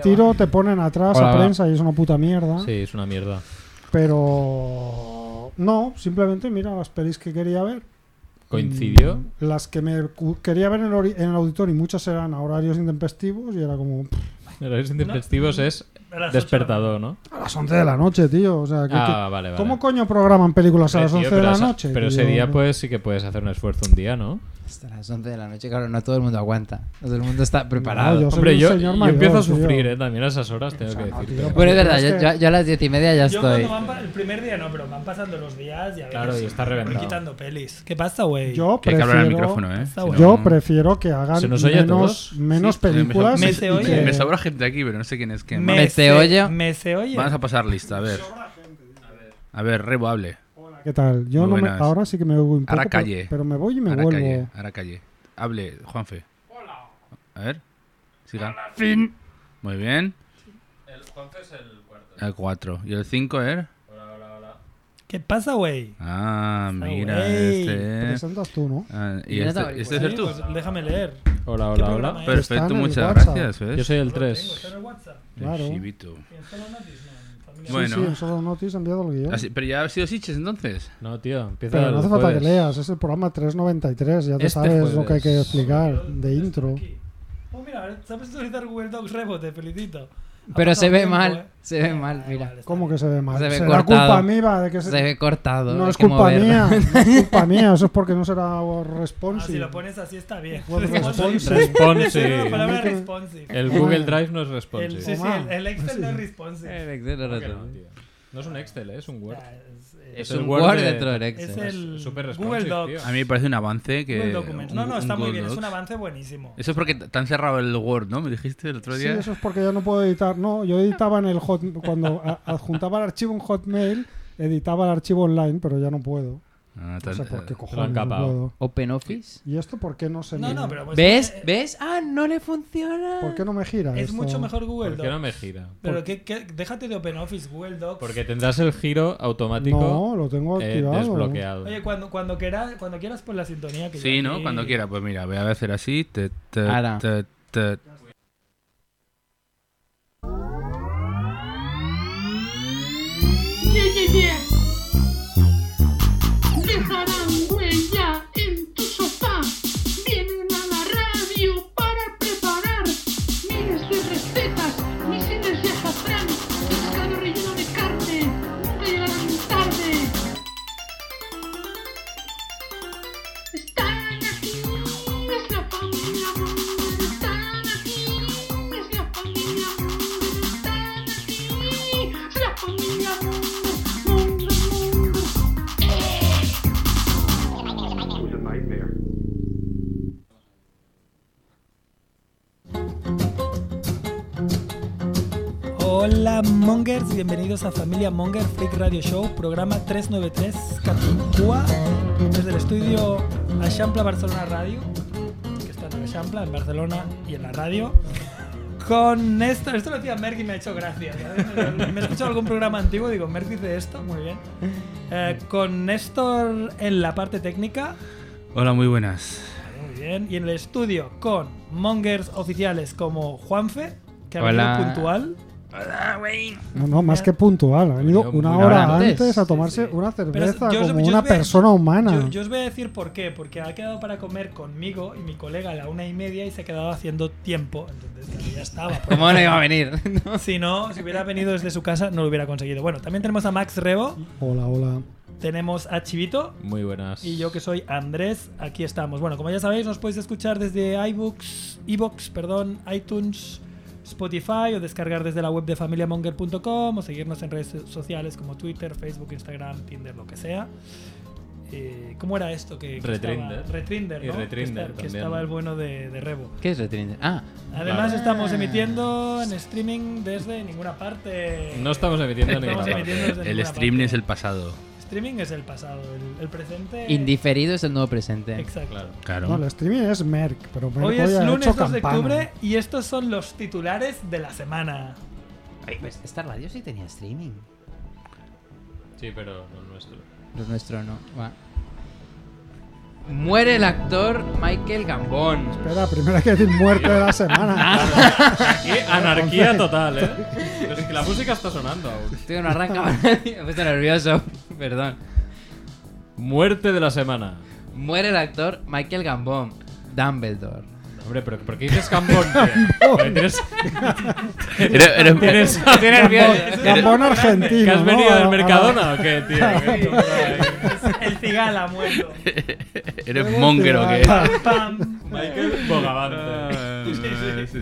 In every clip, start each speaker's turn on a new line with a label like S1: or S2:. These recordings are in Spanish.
S1: tiro, te ponen atrás
S2: Hola,
S1: a
S2: hola.
S1: prensa y es una puta mierda.
S3: Sí, es una mierda.
S1: Mm, Pero no, simplemente mira las pelis que quería ver.
S3: Coincidió.
S1: Mm, Las que me cu- quería ver en el, ori- en el auditorio y muchas eran a horarios intempestivos y era como pff,
S3: Horarios intempestivos es
S4: A las ocho.
S3: despertador, ¿no?
S1: a las 11 de la noche, tío. O sea, que- que-
S3: Ah, vale, vale.
S1: ¿cómo coño programan películas a
S3: Eh,
S1: las
S3: tío,
S1: 11 de
S3: pero
S1: la
S3: esa-
S1: noche?
S3: Pero ese
S1: tío?
S3: día, pues sí que puedes hacer un esfuerzo un día, ¿no?
S5: Hasta las 11 de la noche, claro, no todo el mundo aguanta. No todo el mundo está
S1: No,
S5: preparado.
S1: yo soy
S3: Hombre,
S1: un
S3: yo,
S1: señor
S3: yo
S1: mayor,
S3: empiezo a
S1: tío.
S3: sufrir, ¿eh? También a esas horas, tengo
S1: O sea,
S3: que
S1: no,
S3: decirte.
S1: tío.
S5: Bueno, es verdad,
S1: Es
S5: yo,
S1: que-
S5: yo- yo a las 10 y media ya
S4: Yo
S5: estoy.
S4: cuando van pa- el primer día no, pero van pasando los días y a veces
S3: Claro, y está
S4: me voy
S3: reventado.
S4: quitando pelis. ¿Qué pasa, güey?
S1: Yo
S2: Que hay que hablar al
S1: prefiero,
S2: micrófono, ¿eh?
S4: Está
S2: Si
S4: bueno.
S1: yo prefiero que hagan
S3: ¿Se nos oye a
S1: menos,
S3: todos?
S1: menos
S2: Sí,
S1: películas.
S2: Me,
S1: y
S4: se
S2: me,
S4: oye.
S1: que-
S2: me- me sobra gente aquí, pero no sé quién es quién.
S5: Me- te oye.
S4: Me se oye.
S2: Vamos a pasar lista, a ver. A ver, Rebo, hable.
S1: ¿Qué tal? Yo
S2: Muy
S1: no me-
S2: buenas.
S1: ahora sí que me oigo un poco,
S2: Ahora
S1: pero-
S2: calle.
S1: Pero, me voy y me
S2: Ahora
S1: vuelvo.
S2: calle, ahora calle. Hable, Juanfe. A ver. Siga. Muy bien.
S3: El es el cuarto.
S2: El 4. ¿Y el er? 5 era?
S4: ¿Qué pasa, güey?
S2: Ah, mira
S4: güey.
S2: este. eh.
S1: Presentas tú, ¿no?
S2: Ah, y
S5: Mira, está
S2: este, este es el
S4: Sí,
S2: tú.
S4: pues déjame leer.
S3: Hola,
S4: ¿Qué
S3: hola,
S4: programa
S3: hola.
S4: es?
S1: Está en
S2: Perfecto,
S1: el
S2: muchas
S1: WhatsApp.
S2: gracias. ¿ves?
S3: Yo soy el
S4: No lo tengo, está en
S3: 3.
S4: el WhatsApp.
S2: El
S1: Claro.
S2: chivito.
S4: Y en Solo Notis, no, en Familia
S2: Bueno.
S1: Sí, sí, en solo notis he enviado el guión.
S2: Así- pero ya ha sido Siches entonces.
S3: No, tío, empieza
S1: Pero no
S3: el
S1: hace falta que
S3: jueves.
S1: leas, es el programa 393, ya te
S3: Este
S1: sabes lo que hay que
S3: jueves.
S1: explicar de intro.
S4: Aquí. Oh, mira, sabes utilizar Google Docs Rebo, te felicito. Ha
S5: Pero se
S4: pasado
S5: ve
S4: tiempo,
S5: mal,
S4: eh.
S5: se ve
S4: Ah,
S5: mal, mira.
S4: igual, está
S1: ¿Cómo
S4: bien.
S1: que se ve mal?
S5: Se ve
S1: ¿Será
S5: cortado.
S1: culpa mía de que se...
S5: Se ve cortado.
S1: No
S5: hay
S1: es
S5: que
S1: culpa
S5: moverlo.
S1: mía, no es culpa mía, eso es porque no será
S4: Ah, si
S1: responsive.
S4: lo pones así está bien.
S1: Fue
S4: Responsive.
S3: responsive.
S4: La palabra
S1: Nunca-
S4: responsive.
S3: El Google
S1: Bueno.
S3: Drive no es
S4: El, sí,
S3: responsive.
S4: sí, el, el
S1: Ah.
S4: Excel no es
S1: Eh,
S4: responsive.
S5: El Excel no
S3: ¿Por
S5: lo
S3: qué No,
S5: tengo.
S3: tío? No es un Excel, ¿eh? es un Word.
S4: Ah, es-
S3: Es
S5: Es
S4: es-
S3: el
S5: un
S3: Word
S5: Word
S3: de-
S5: dentro del Excel.
S4: Es
S3: Es
S4: el
S3: súper responsive,
S4: Google Docs.
S3: tío.
S2: A mí me parece un avance que.
S4: Google Documents. No,
S2: un-
S4: no,
S2: un
S4: está muy
S2: Google
S4: bien. Es un
S2: Docs.
S4: avance buenísimo.
S2: Eso es porque te te han cerrado el Word, ¿no? Me dijiste el otro
S1: Sí,
S2: día.
S1: eso es porque yo no puedo editar. No, yo editaba en el hot... Cuando a- adjuntaba el archivo en Hotmail, editaba el archivo online, pero ya no puedo.
S2: Ah, te
S1: No
S2: han-
S1: sé por qué
S2: eh,
S1: cojones no
S3: capado.
S1: puedo.
S5: Open Office.
S1: ¿Y esto por qué no se
S4: No,
S1: mira?
S4: no, pero pues-
S5: ¿Ves?
S4: eh,
S5: ¿Ves? Ah, no le funciona.
S1: ¿Por qué no me gira
S4: Es
S1: esto?
S4: mucho mejor Google
S3: ¿Por
S4: Docs.
S3: qué no me gira?
S4: Pero que, que- déjate de OpenOffice, Google Docs.
S3: Porque tendrás el giro automático
S1: No, lo tengo
S3: eh,
S1: activado.
S3: desbloqueado.
S4: Oye, cuando, cuando, quieras, cuando quieras pon la sintonía que
S2: Sí,
S4: yo
S2: ¿no?
S4: aquí-
S2: Cuando quiera. Pues mira, voy a hacer así. te- te-
S5: Ahora.
S2: te- te-
S6: Yeah, yeah, yeah. Dejarán huella en tu sofá. Vienen a la radio para preparar miles de recetas, misiles de azafrán, pescado relleno de carne. Nunca llegarán tarde. Están aquí, es la familia Munger. Están aquí, es la familia Munger. Están aquí, es la familia Munger. Munger, Munger.
S4: Hola Mongers, bienvenidos a Familia Monger Freak Radio Show, programa 393 Catuncua, desde el estudio Aixample Barcelona Radio, que está en Aixample, en Barcelona y en la radio. Con esto, esto lo decía Merck y me ha hecho gracia. ¿sabes? Me he escuchado algún programa antiguo y digo, Merck dice esto, muy bien. Eh, con Néstor en la parte técnica,
S2: Hola, muy buenas.
S4: Muy bien. Y en el estudio con mongers oficiales como Juanfe, que ha
S5: Hola.
S4: venido puntual.
S1: No, no, más que puntual. Ha venido
S3: Venido
S1: una hora
S3: una
S5: hora
S1: antes,
S5: antes.
S1: a tomarse
S4: Sí, sí.
S1: una
S4: Pero es-
S1: cerveza
S4: yo os-
S1: como
S4: yo os
S1: una
S4: voy a-
S1: persona humana.
S4: Yo, yo os voy a decir por qué. Porque ha quedado para comer conmigo y mi colega a la una y media y se ha quedado haciendo tiempo. Entonces claro, ya estaba. porque
S5: ¿Cómo no iba a venir?
S4: si no, si hubiera venido desde su casa, no lo hubiera conseguido. Bueno, también tenemos a Max Rebo,
S1: Hola, hola.
S4: tenemos a Chivito.
S3: Muy buenas.
S4: Y yo que soy Andrés, aquí estamos. Bueno, como ya sabéis, nos podéis escuchar desde iBooks, iBox, perdón, iTunes, Spotify o descargar desde la web de familiamonger.com o seguirnos en redes sociales como Twitter, Facebook, Instagram, Tinder, lo que sea. Eh, ¿Cómo era esto? Que, que
S3: Retrinder.
S4: estaba- Retrinder,
S3: Y
S4: ¿no? Que
S3: Retrinder
S4: esta- que,
S3: también.
S4: estaba el bueno de, de Rebo.
S5: ¿Qué es Retrinder? Ah,
S4: Además
S3: Claro.
S4: estamos emitiendo en streaming desde ninguna parte.
S3: No estamos emitiendo ni
S4: Estamos
S3: nada.
S4: emitiendo desde
S2: El
S4: ninguna
S2: streaming
S4: parte.
S2: es el pasado.
S4: Streaming es el pasado, el, el presente...
S5: indiferido es el nuevo presente.
S4: Exacto.
S3: Claro.
S1: No,
S2: Claro.
S1: el streaming es Merck, pero Merck
S4: Hoy es
S1: ha
S4: lunes
S1: pues hecho
S4: 2 de
S1: campana.
S4: octubre y estos son los titulares de la semana.
S5: Ay, pues esta radio sí tenía streaming.
S3: Sí, pero no nuestro.
S5: Lo nuestro no. Buah. Muere el actor Michael Gambón.
S1: Espera, primero hay que decir muerte de la
S4: Ah,
S1: semana.
S3: Aquí, anarquía total, ¿eh? Pero es que la música está sonando aún.
S5: Tío, no arranca para nadie. Me he puesto nervioso. Perdón.
S3: Muerte de la semana.
S5: Muere el actor Michael Gambón. Dumbledore.
S3: Hombre, pero ¿por qué dices Gambón? tío? Pero Tienes,
S2: Eres- eres-
S3: tienes,
S5: Tienes bien.
S1: Gambón argentino.
S3: ¿Que has
S1: ¿no?
S3: venido del
S1: A- a-
S3: Mercadona o qué, tío? ¿Qué tonto, eh?
S4: El cigala muerto.
S2: ¿Eres monger o qué?
S4: Pam.
S3: Michael Bogavante.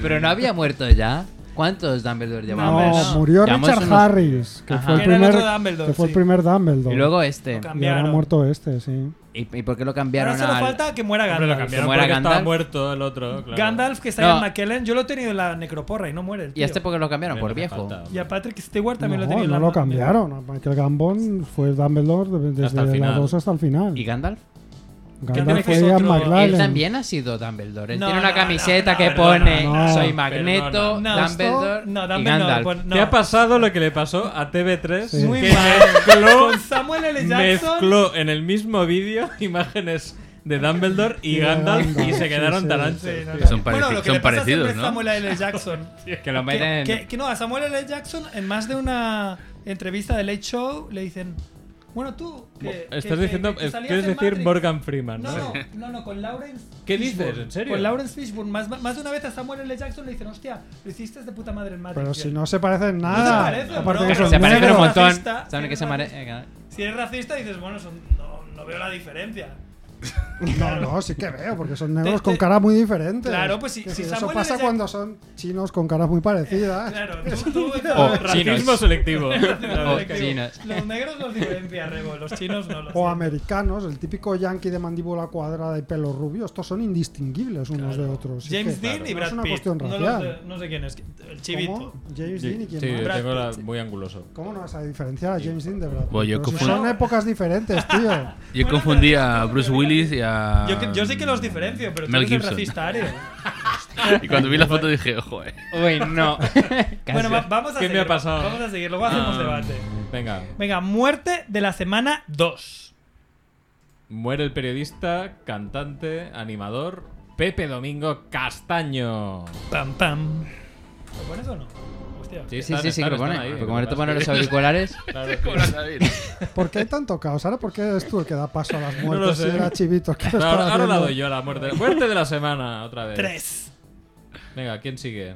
S5: Pero no había muerto ya. ¿Cuántos Dumbledore llevamos?
S1: No, murió
S5: Llevamos
S1: Richard
S5: unos-
S1: Harris, que
S5: Ajá.
S1: fue el
S4: Era el
S1: primer
S4: otro Dumbledore,
S1: que fue el
S4: sí.
S1: primer Dumbledore.
S5: Y luego este.
S1: Y ahora ha
S4: Cambiaron.
S1: muerto este, sí.
S5: ¿Y, y por qué lo
S4: Ahora
S5: cambiaron
S4: solo
S5: al-
S4: falta que muera
S3: Hombre, lo
S4: Gandalf.
S3: cambiaron
S5: muera
S3: porque estaba
S5: Gandalf.
S3: muerto el otro. claro.
S4: Gandalf, que está
S5: No.
S4: en McKellen, yo lo he tenido en la necroporra y no muere el
S5: ¿Y
S4: tío.
S5: a este por qué lo cambiaron?
S3: Hombre,
S5: Por
S3: no hace
S5: viejo.
S3: falta.
S4: Y a Patrick Stewart también lo he
S1: no,
S4: tenido en
S1: no
S4: la
S1: lo cambiaron. Michael Gambón fue Dumbledore de-
S3: Hasta el
S1: desde la
S3: final.
S1: 2 hasta el final.
S5: ¿Y Gandalf?
S1: Gandalf
S4: que
S1: fue
S4: es
S1: Ian
S4: otro-
S1: McLaren.
S5: Él también ha sido Dumbledore. Él
S4: No,
S5: tiene una
S4: no,
S5: camiseta
S4: no,
S5: que
S4: no,
S5: pone
S1: no, no.
S5: Soy
S3: Perdona.
S5: Magneto,
S4: No, esto-
S5: Dumbledore,
S4: no,
S5: y
S4: Dumbledore,
S5: Gandalf.
S4: pues, no.
S3: ¿Te ha pasado lo que le pasó a TV3?
S1: Sí.
S4: Muy
S3: que
S4: mal.
S3: mezcló,
S4: Con Samuel L. Jackson.
S3: mezcló en el mismo vídeo imágenes de Dumbledore y
S1: Y de
S3: Gandalf y
S1: Gandalf,
S3: se
S1: sí,
S3: quedaron
S1: sí.
S3: tan
S4: Sí,
S3: anchos.
S4: no,
S3: tío.
S4: no.
S2: Son pareci-
S4: bueno, lo que
S2: son
S4: le pasa siempre
S2: parecidos,
S4: es
S2: ¿no?
S4: Samuel L. Jackson.
S5: Que lo
S4: que,
S5: meten.
S4: que- que no, a Samuel L. Jackson, en más de una entrevista de Late Show, le dicen: Bueno, tú. Que, que-
S3: Estás
S4: que-
S3: diciendo,
S4: que salías
S3: quieres
S4: en
S3: decir
S4: Matrix".
S3: Morgan Freeman, ¿no?
S4: No, no, no, no, con Lawrence.
S3: ¿Qué
S4: Fishburne.
S3: dices? ¿En serio?
S4: Con Lawrence Fishburne. Más, más de una vez a Samuel L. Jackson le dicen: Hostia, lo hiciste de puta madre en Matrix.
S1: Pero
S4: tío".
S1: si no se parecen
S4: se
S1: nada.
S4: parecen,
S1: aparte
S4: bro.
S1: que son
S5: se parecen un
S1: negros.
S5: montón.
S4: Racista.
S5: ¿Saben que se mare- eh,
S4: Si eres racista, dices: Bueno, son- no, no veo la diferencia.
S1: No, no, sí que veo, porque son negros
S4: Te- te-
S1: con caras muy diferentes.
S4: Claro, pues si-
S1: Que
S4: si
S1: Eso
S4: Samuel
S1: pasa
S4: L. Jack-
S1: cuando son chinos con caras muy parecidas.
S4: Claro, tú, tú
S2: O
S3: Racismo
S2: chinos.
S3: selectivo.
S1: Pues
S5: O
S4: Los
S5: chinos.
S4: Los negros los diferencia, Rebo. Los chinos no los.
S1: O americanos, el típico yankee de mandíbula cuadrada y pelo rubio, estos son indistinguibles unos de otros. Sí
S4: James
S1: que
S4: Dean y
S1: no
S4: Brad
S1: Es una
S4: Pitt.
S1: cuestión
S4: no,
S1: racial.
S4: los de- no sé quién es. El
S1: ¿Cómo?
S4: chivito.
S1: James Dean y quién
S3: Sí,
S1: más.
S3: tengo la muy anguloso.
S1: ¿Cómo no vas a diferenciar a James Dean de Brad Pitt?
S2: Bueno, yo
S1: Pero si
S2: confund-
S1: son épocas diferentes, tío.
S2: Yo
S4: Bueno,
S2: confundí
S4: pero-
S2: a Bruce Willis y a.
S4: Yo, que- yo sí que los diferencio, pero tú
S2: Ah. Mel
S4: eres el
S2: Gibson.
S4: racista, Ario.
S2: Y cuando vi la foto dije, eh". joder.
S5: Uy, no.
S4: bueno, va- vamos a
S3: ¿Qué
S4: seguir.
S3: me ha pasado?
S4: Vamos a seguir, luego hacemos
S3: Ah,
S4: debate.
S3: Venga,
S4: Venga, muerte de la semana 2.
S3: muere el periodista, cantante, animador Pepe Domingo Castaño.
S4: Pam, pam. ¿Lo pones o no? Hostia.
S5: Sí,
S3: están-
S5: sí, sí, que
S3: están-
S5: lo
S3: están
S5: pone.
S3: ahí,
S5: Pero
S3: lo
S5: como
S3: que
S5: no te
S3: pasa
S5: ponen
S3: es
S5: los
S3: que-
S5: auriculares.
S3: Claro,
S2: Con la nariz.
S1: ¿Por qué hay tanto caos? ¿Ahora por qué eres tú el que da paso a las muertes?
S3: lo sé.
S1: y era chivitos que lo
S3: Ahora,
S1: estaba
S3: ahora la
S1: haciendo?
S3: doy yo la muerte. Muerte de la semana, otra vez.
S4: 3.
S3: Venga, ¿quién sigue?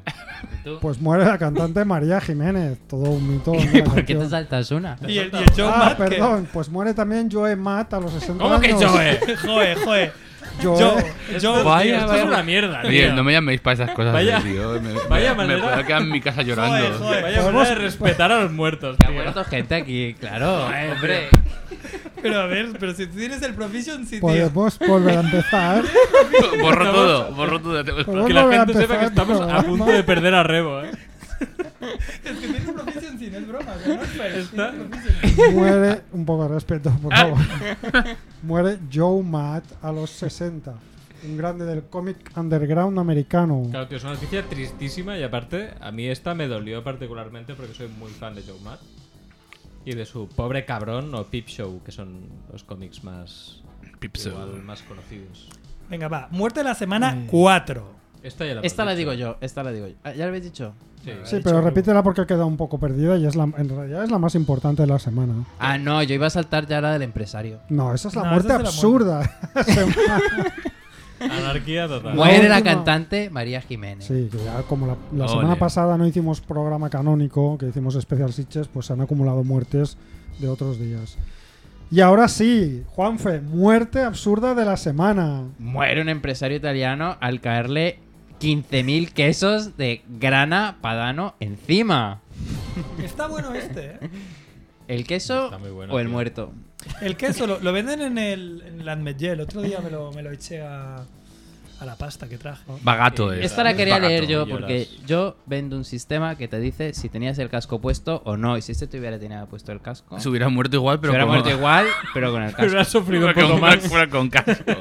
S1: Pues muere la cantante María Jiménez, todo un mito. ¿no? La
S5: ¿Por qué te
S1: canción.
S5: saltas una?
S4: Y el, y el Joe
S1: Ah,
S4: Matt, que-
S1: perdón, pues muere también Joe Matt a los 60
S3: ¿Cómo que
S1: años.
S3: Joe?
S4: Joe, Joe.
S1: Joe.
S4: Joe. Joe.
S2: Vaya,
S3: Esto es
S2: vaya.
S3: una mierda, tío.
S2: Oye, no me llaméis para esas cosas,
S3: Vaya-
S2: tío. Me,
S3: vaya
S2: me, me
S3: manera.
S2: puedo quedar en mi casa
S4: Joder,
S2: llorando.
S4: joder.
S3: Vaya
S1: Podemos-
S3: manera de respetar a los muertos,
S5: Que ha
S3: tío.
S5: muerto gente aquí, claro. Hombre.
S4: Pero a ver, pero si tienes el proficiency, tío.
S1: Podemos volver a empezar.
S2: Borro todo, borro todo.
S1: Podemos
S3: Que la
S1: volver a
S3: gente sepa que
S1: empezar el
S3: estamos a punto de perder a Rebo, eh.
S4: Es que tienes proficiency, no es broma. que No es fair, tienes
S3: Está-
S4: proficiency.
S1: programa. Muere, un poco de respeto, por favor. Muere Joe Matt a los 60. Un grande del cómic underground americano.
S3: Claro, tío, es una noticia tristísima y aparte, a mí esta me dolió particularmente porque soy muy fan de Joe Matt y de su pobre cabrón o Peep Show, que son los cómics más, igual,
S2: Pipso.
S3: más conocidos.
S4: Venga, va. Muerte de la semana 4.
S3: Esta ya la
S5: Esta la
S3: hemos
S5: digo
S3: dicho.
S5: yo, esta la digo yo. Ah, ¿Ya lo habéis dicho?
S3: Sí.
S1: Sí, pero repítela porque ha quedado un poco perdida y es la, en realidad es la más importante de la semana.
S5: Ah, no, yo iba a saltar ya la del empresario.
S1: No, esa es la
S4: No,
S1: muerte
S4: esa es la
S1: absurda.
S3: ¿eh? Anarquía total.
S1: Bueno.
S5: Muere la
S1: última.
S5: cantante María Jiménez.
S1: sí, que ya como la, la
S2: Ole.
S1: semana pasada no hicimos programa canónico, que hicimos especial Sitches, pues se han acumulado muertes de otros días. Y ahora sí, Juanfe, muerte absurda de la semana.
S5: Muere un empresario italiano al caerle 15.000 quesos de grana padano encima.
S4: Está bueno este, ¿eh?
S5: ¿El queso
S3: Está muy bueno,
S5: o el
S3: tío.
S5: muerto?
S4: El queso lo, lo venden en el, en el Admetgé. El otro día me lo, me lo eché a, a la pasta que traje.
S2: Vagato es.
S5: Esta la quería
S2: Vagato.
S5: leer yo
S3: lloras.
S5: porque yo vendo un sistema que te dice si tenías el casco puesto o no. Y si este te hubiera tenido puesto el casco,
S2: Se
S5: se
S2: hubiera muerto igual, pero
S5: hubiera
S2: como-
S5: muerto igual, pero con el
S3: Pero
S5: casco.
S3: has sufrido un
S2: Pero
S3: poco
S2: con,
S3: más.
S2: pero con casco.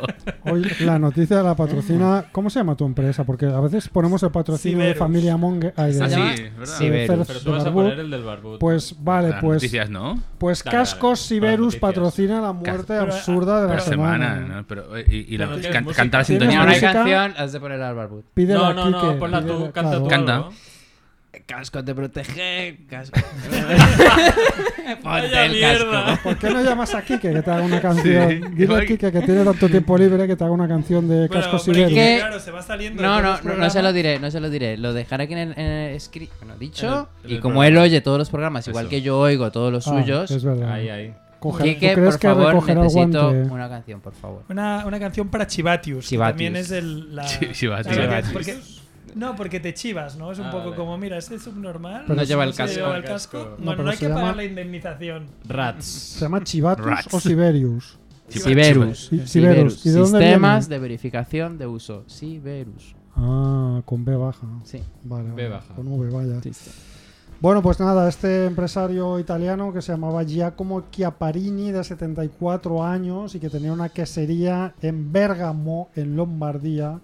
S1: Hoy la noticia la patrocina. ¿Cómo se llama tu empresa? Porque a veces ponemos el patrocinio de
S4: Ciberus.
S1: familia Monger. ay, de-
S5: Se
S2: Ah, sí,
S5: llama
S2: es verdad.
S5: Siberus.
S1: Pero
S3: Pero
S1: tú
S3: tú vas a poner el del barbut.
S1: Pues vale,
S2: Las
S1: pues.
S2: noticias, ¿no?
S1: Pues
S3: Dale, dale,
S1: Cascos
S3: dale.
S1: Siberus
S3: Noticias. Ah,
S1: patrocina la muerte
S4: Pero-
S1: absurda de la,
S2: La
S1: semana.
S2: semana, ¿no? Pero, eh, y, y la,
S3: Pero no
S2: can-
S3: tienes música.
S2: canta la
S1: ¿Tienes
S2: sintonía.
S5: Ahora hay
S1: música?
S5: canción, has de poner al barbut.
S1: Pídela
S3: no,
S1: a
S3: no, no,
S1: Quique,
S3: ponla
S1: pídela,
S3: tú, canta
S1: claro.
S3: tú.
S2: Canta.
S3: algo.
S5: El casco te protege. Casco. Ponte
S3: Vaya
S5: el
S3: mierda.
S5: casco.
S1: ¿Por qué no llamas a Quique que te haga una canción? Dile a
S2: igual-
S1: Quique que tiene tanto tiempo libre que te haga una canción de
S4: Bueno,
S1: Cascos
S4: hombre,
S1: Siberus.
S5: ¿Qué?
S4: Claro, se va saliendo. de
S5: No,
S4: todos
S5: no,
S4: los
S5: no, no
S4: programas.
S5: se lo diré, no se lo diré. Lo dejaré aquí en el, en el escri- bueno, dicho.
S3: En el- en
S5: y
S3: el
S5: como él oye todos los programas, igual
S2: Eso.
S5: que yo oigo todos los
S1: Ah,
S5: suyos,
S1: Es verdad.
S3: Ahí, ahí.
S1: Coge-
S5: Quique,
S1: ¿Tú crees
S5: por
S1: que
S5: favor,
S1: recogerá el
S5: necesito
S1: guante?
S5: una canción, por favor.
S4: Una, una canción para Chivatius. que
S5: Chivatius.
S4: También es el. La,
S2: Chi- Chivatius.
S4: la-
S5: Chivatius.
S4: porque- no, porque te chivas, ¿no? Es un
S3: Ah,
S4: poco
S3: vale.
S4: como, mira, este es subnormal.
S1: Pero No
S5: lleva el
S4: se
S5: casco.
S4: lleva el casco.
S1: No,
S4: Bueno,
S1: pero
S4: no hay
S1: se
S4: que
S1: llama-
S4: pagar la indemnización.
S1: ¿Se
S3: Rats.
S1: llama Chivatus
S2: Rats.
S1: o Siberius?
S5: Siberus.
S1: Si- Siberus. ¿Y de dónde
S5: Sistemas
S1: viene?
S5: de verificación de uso. Siberus.
S1: Ah, con B baja.
S5: Sí.
S1: Vale,
S3: B
S1: vale,
S3: baja.
S1: Con V, vaya. Bueno, pues nada, este empresario italiano que se llamaba Giacomo Chiaparini, de 74 años y que tenía una quesería en Bérgamo, en Lombardía,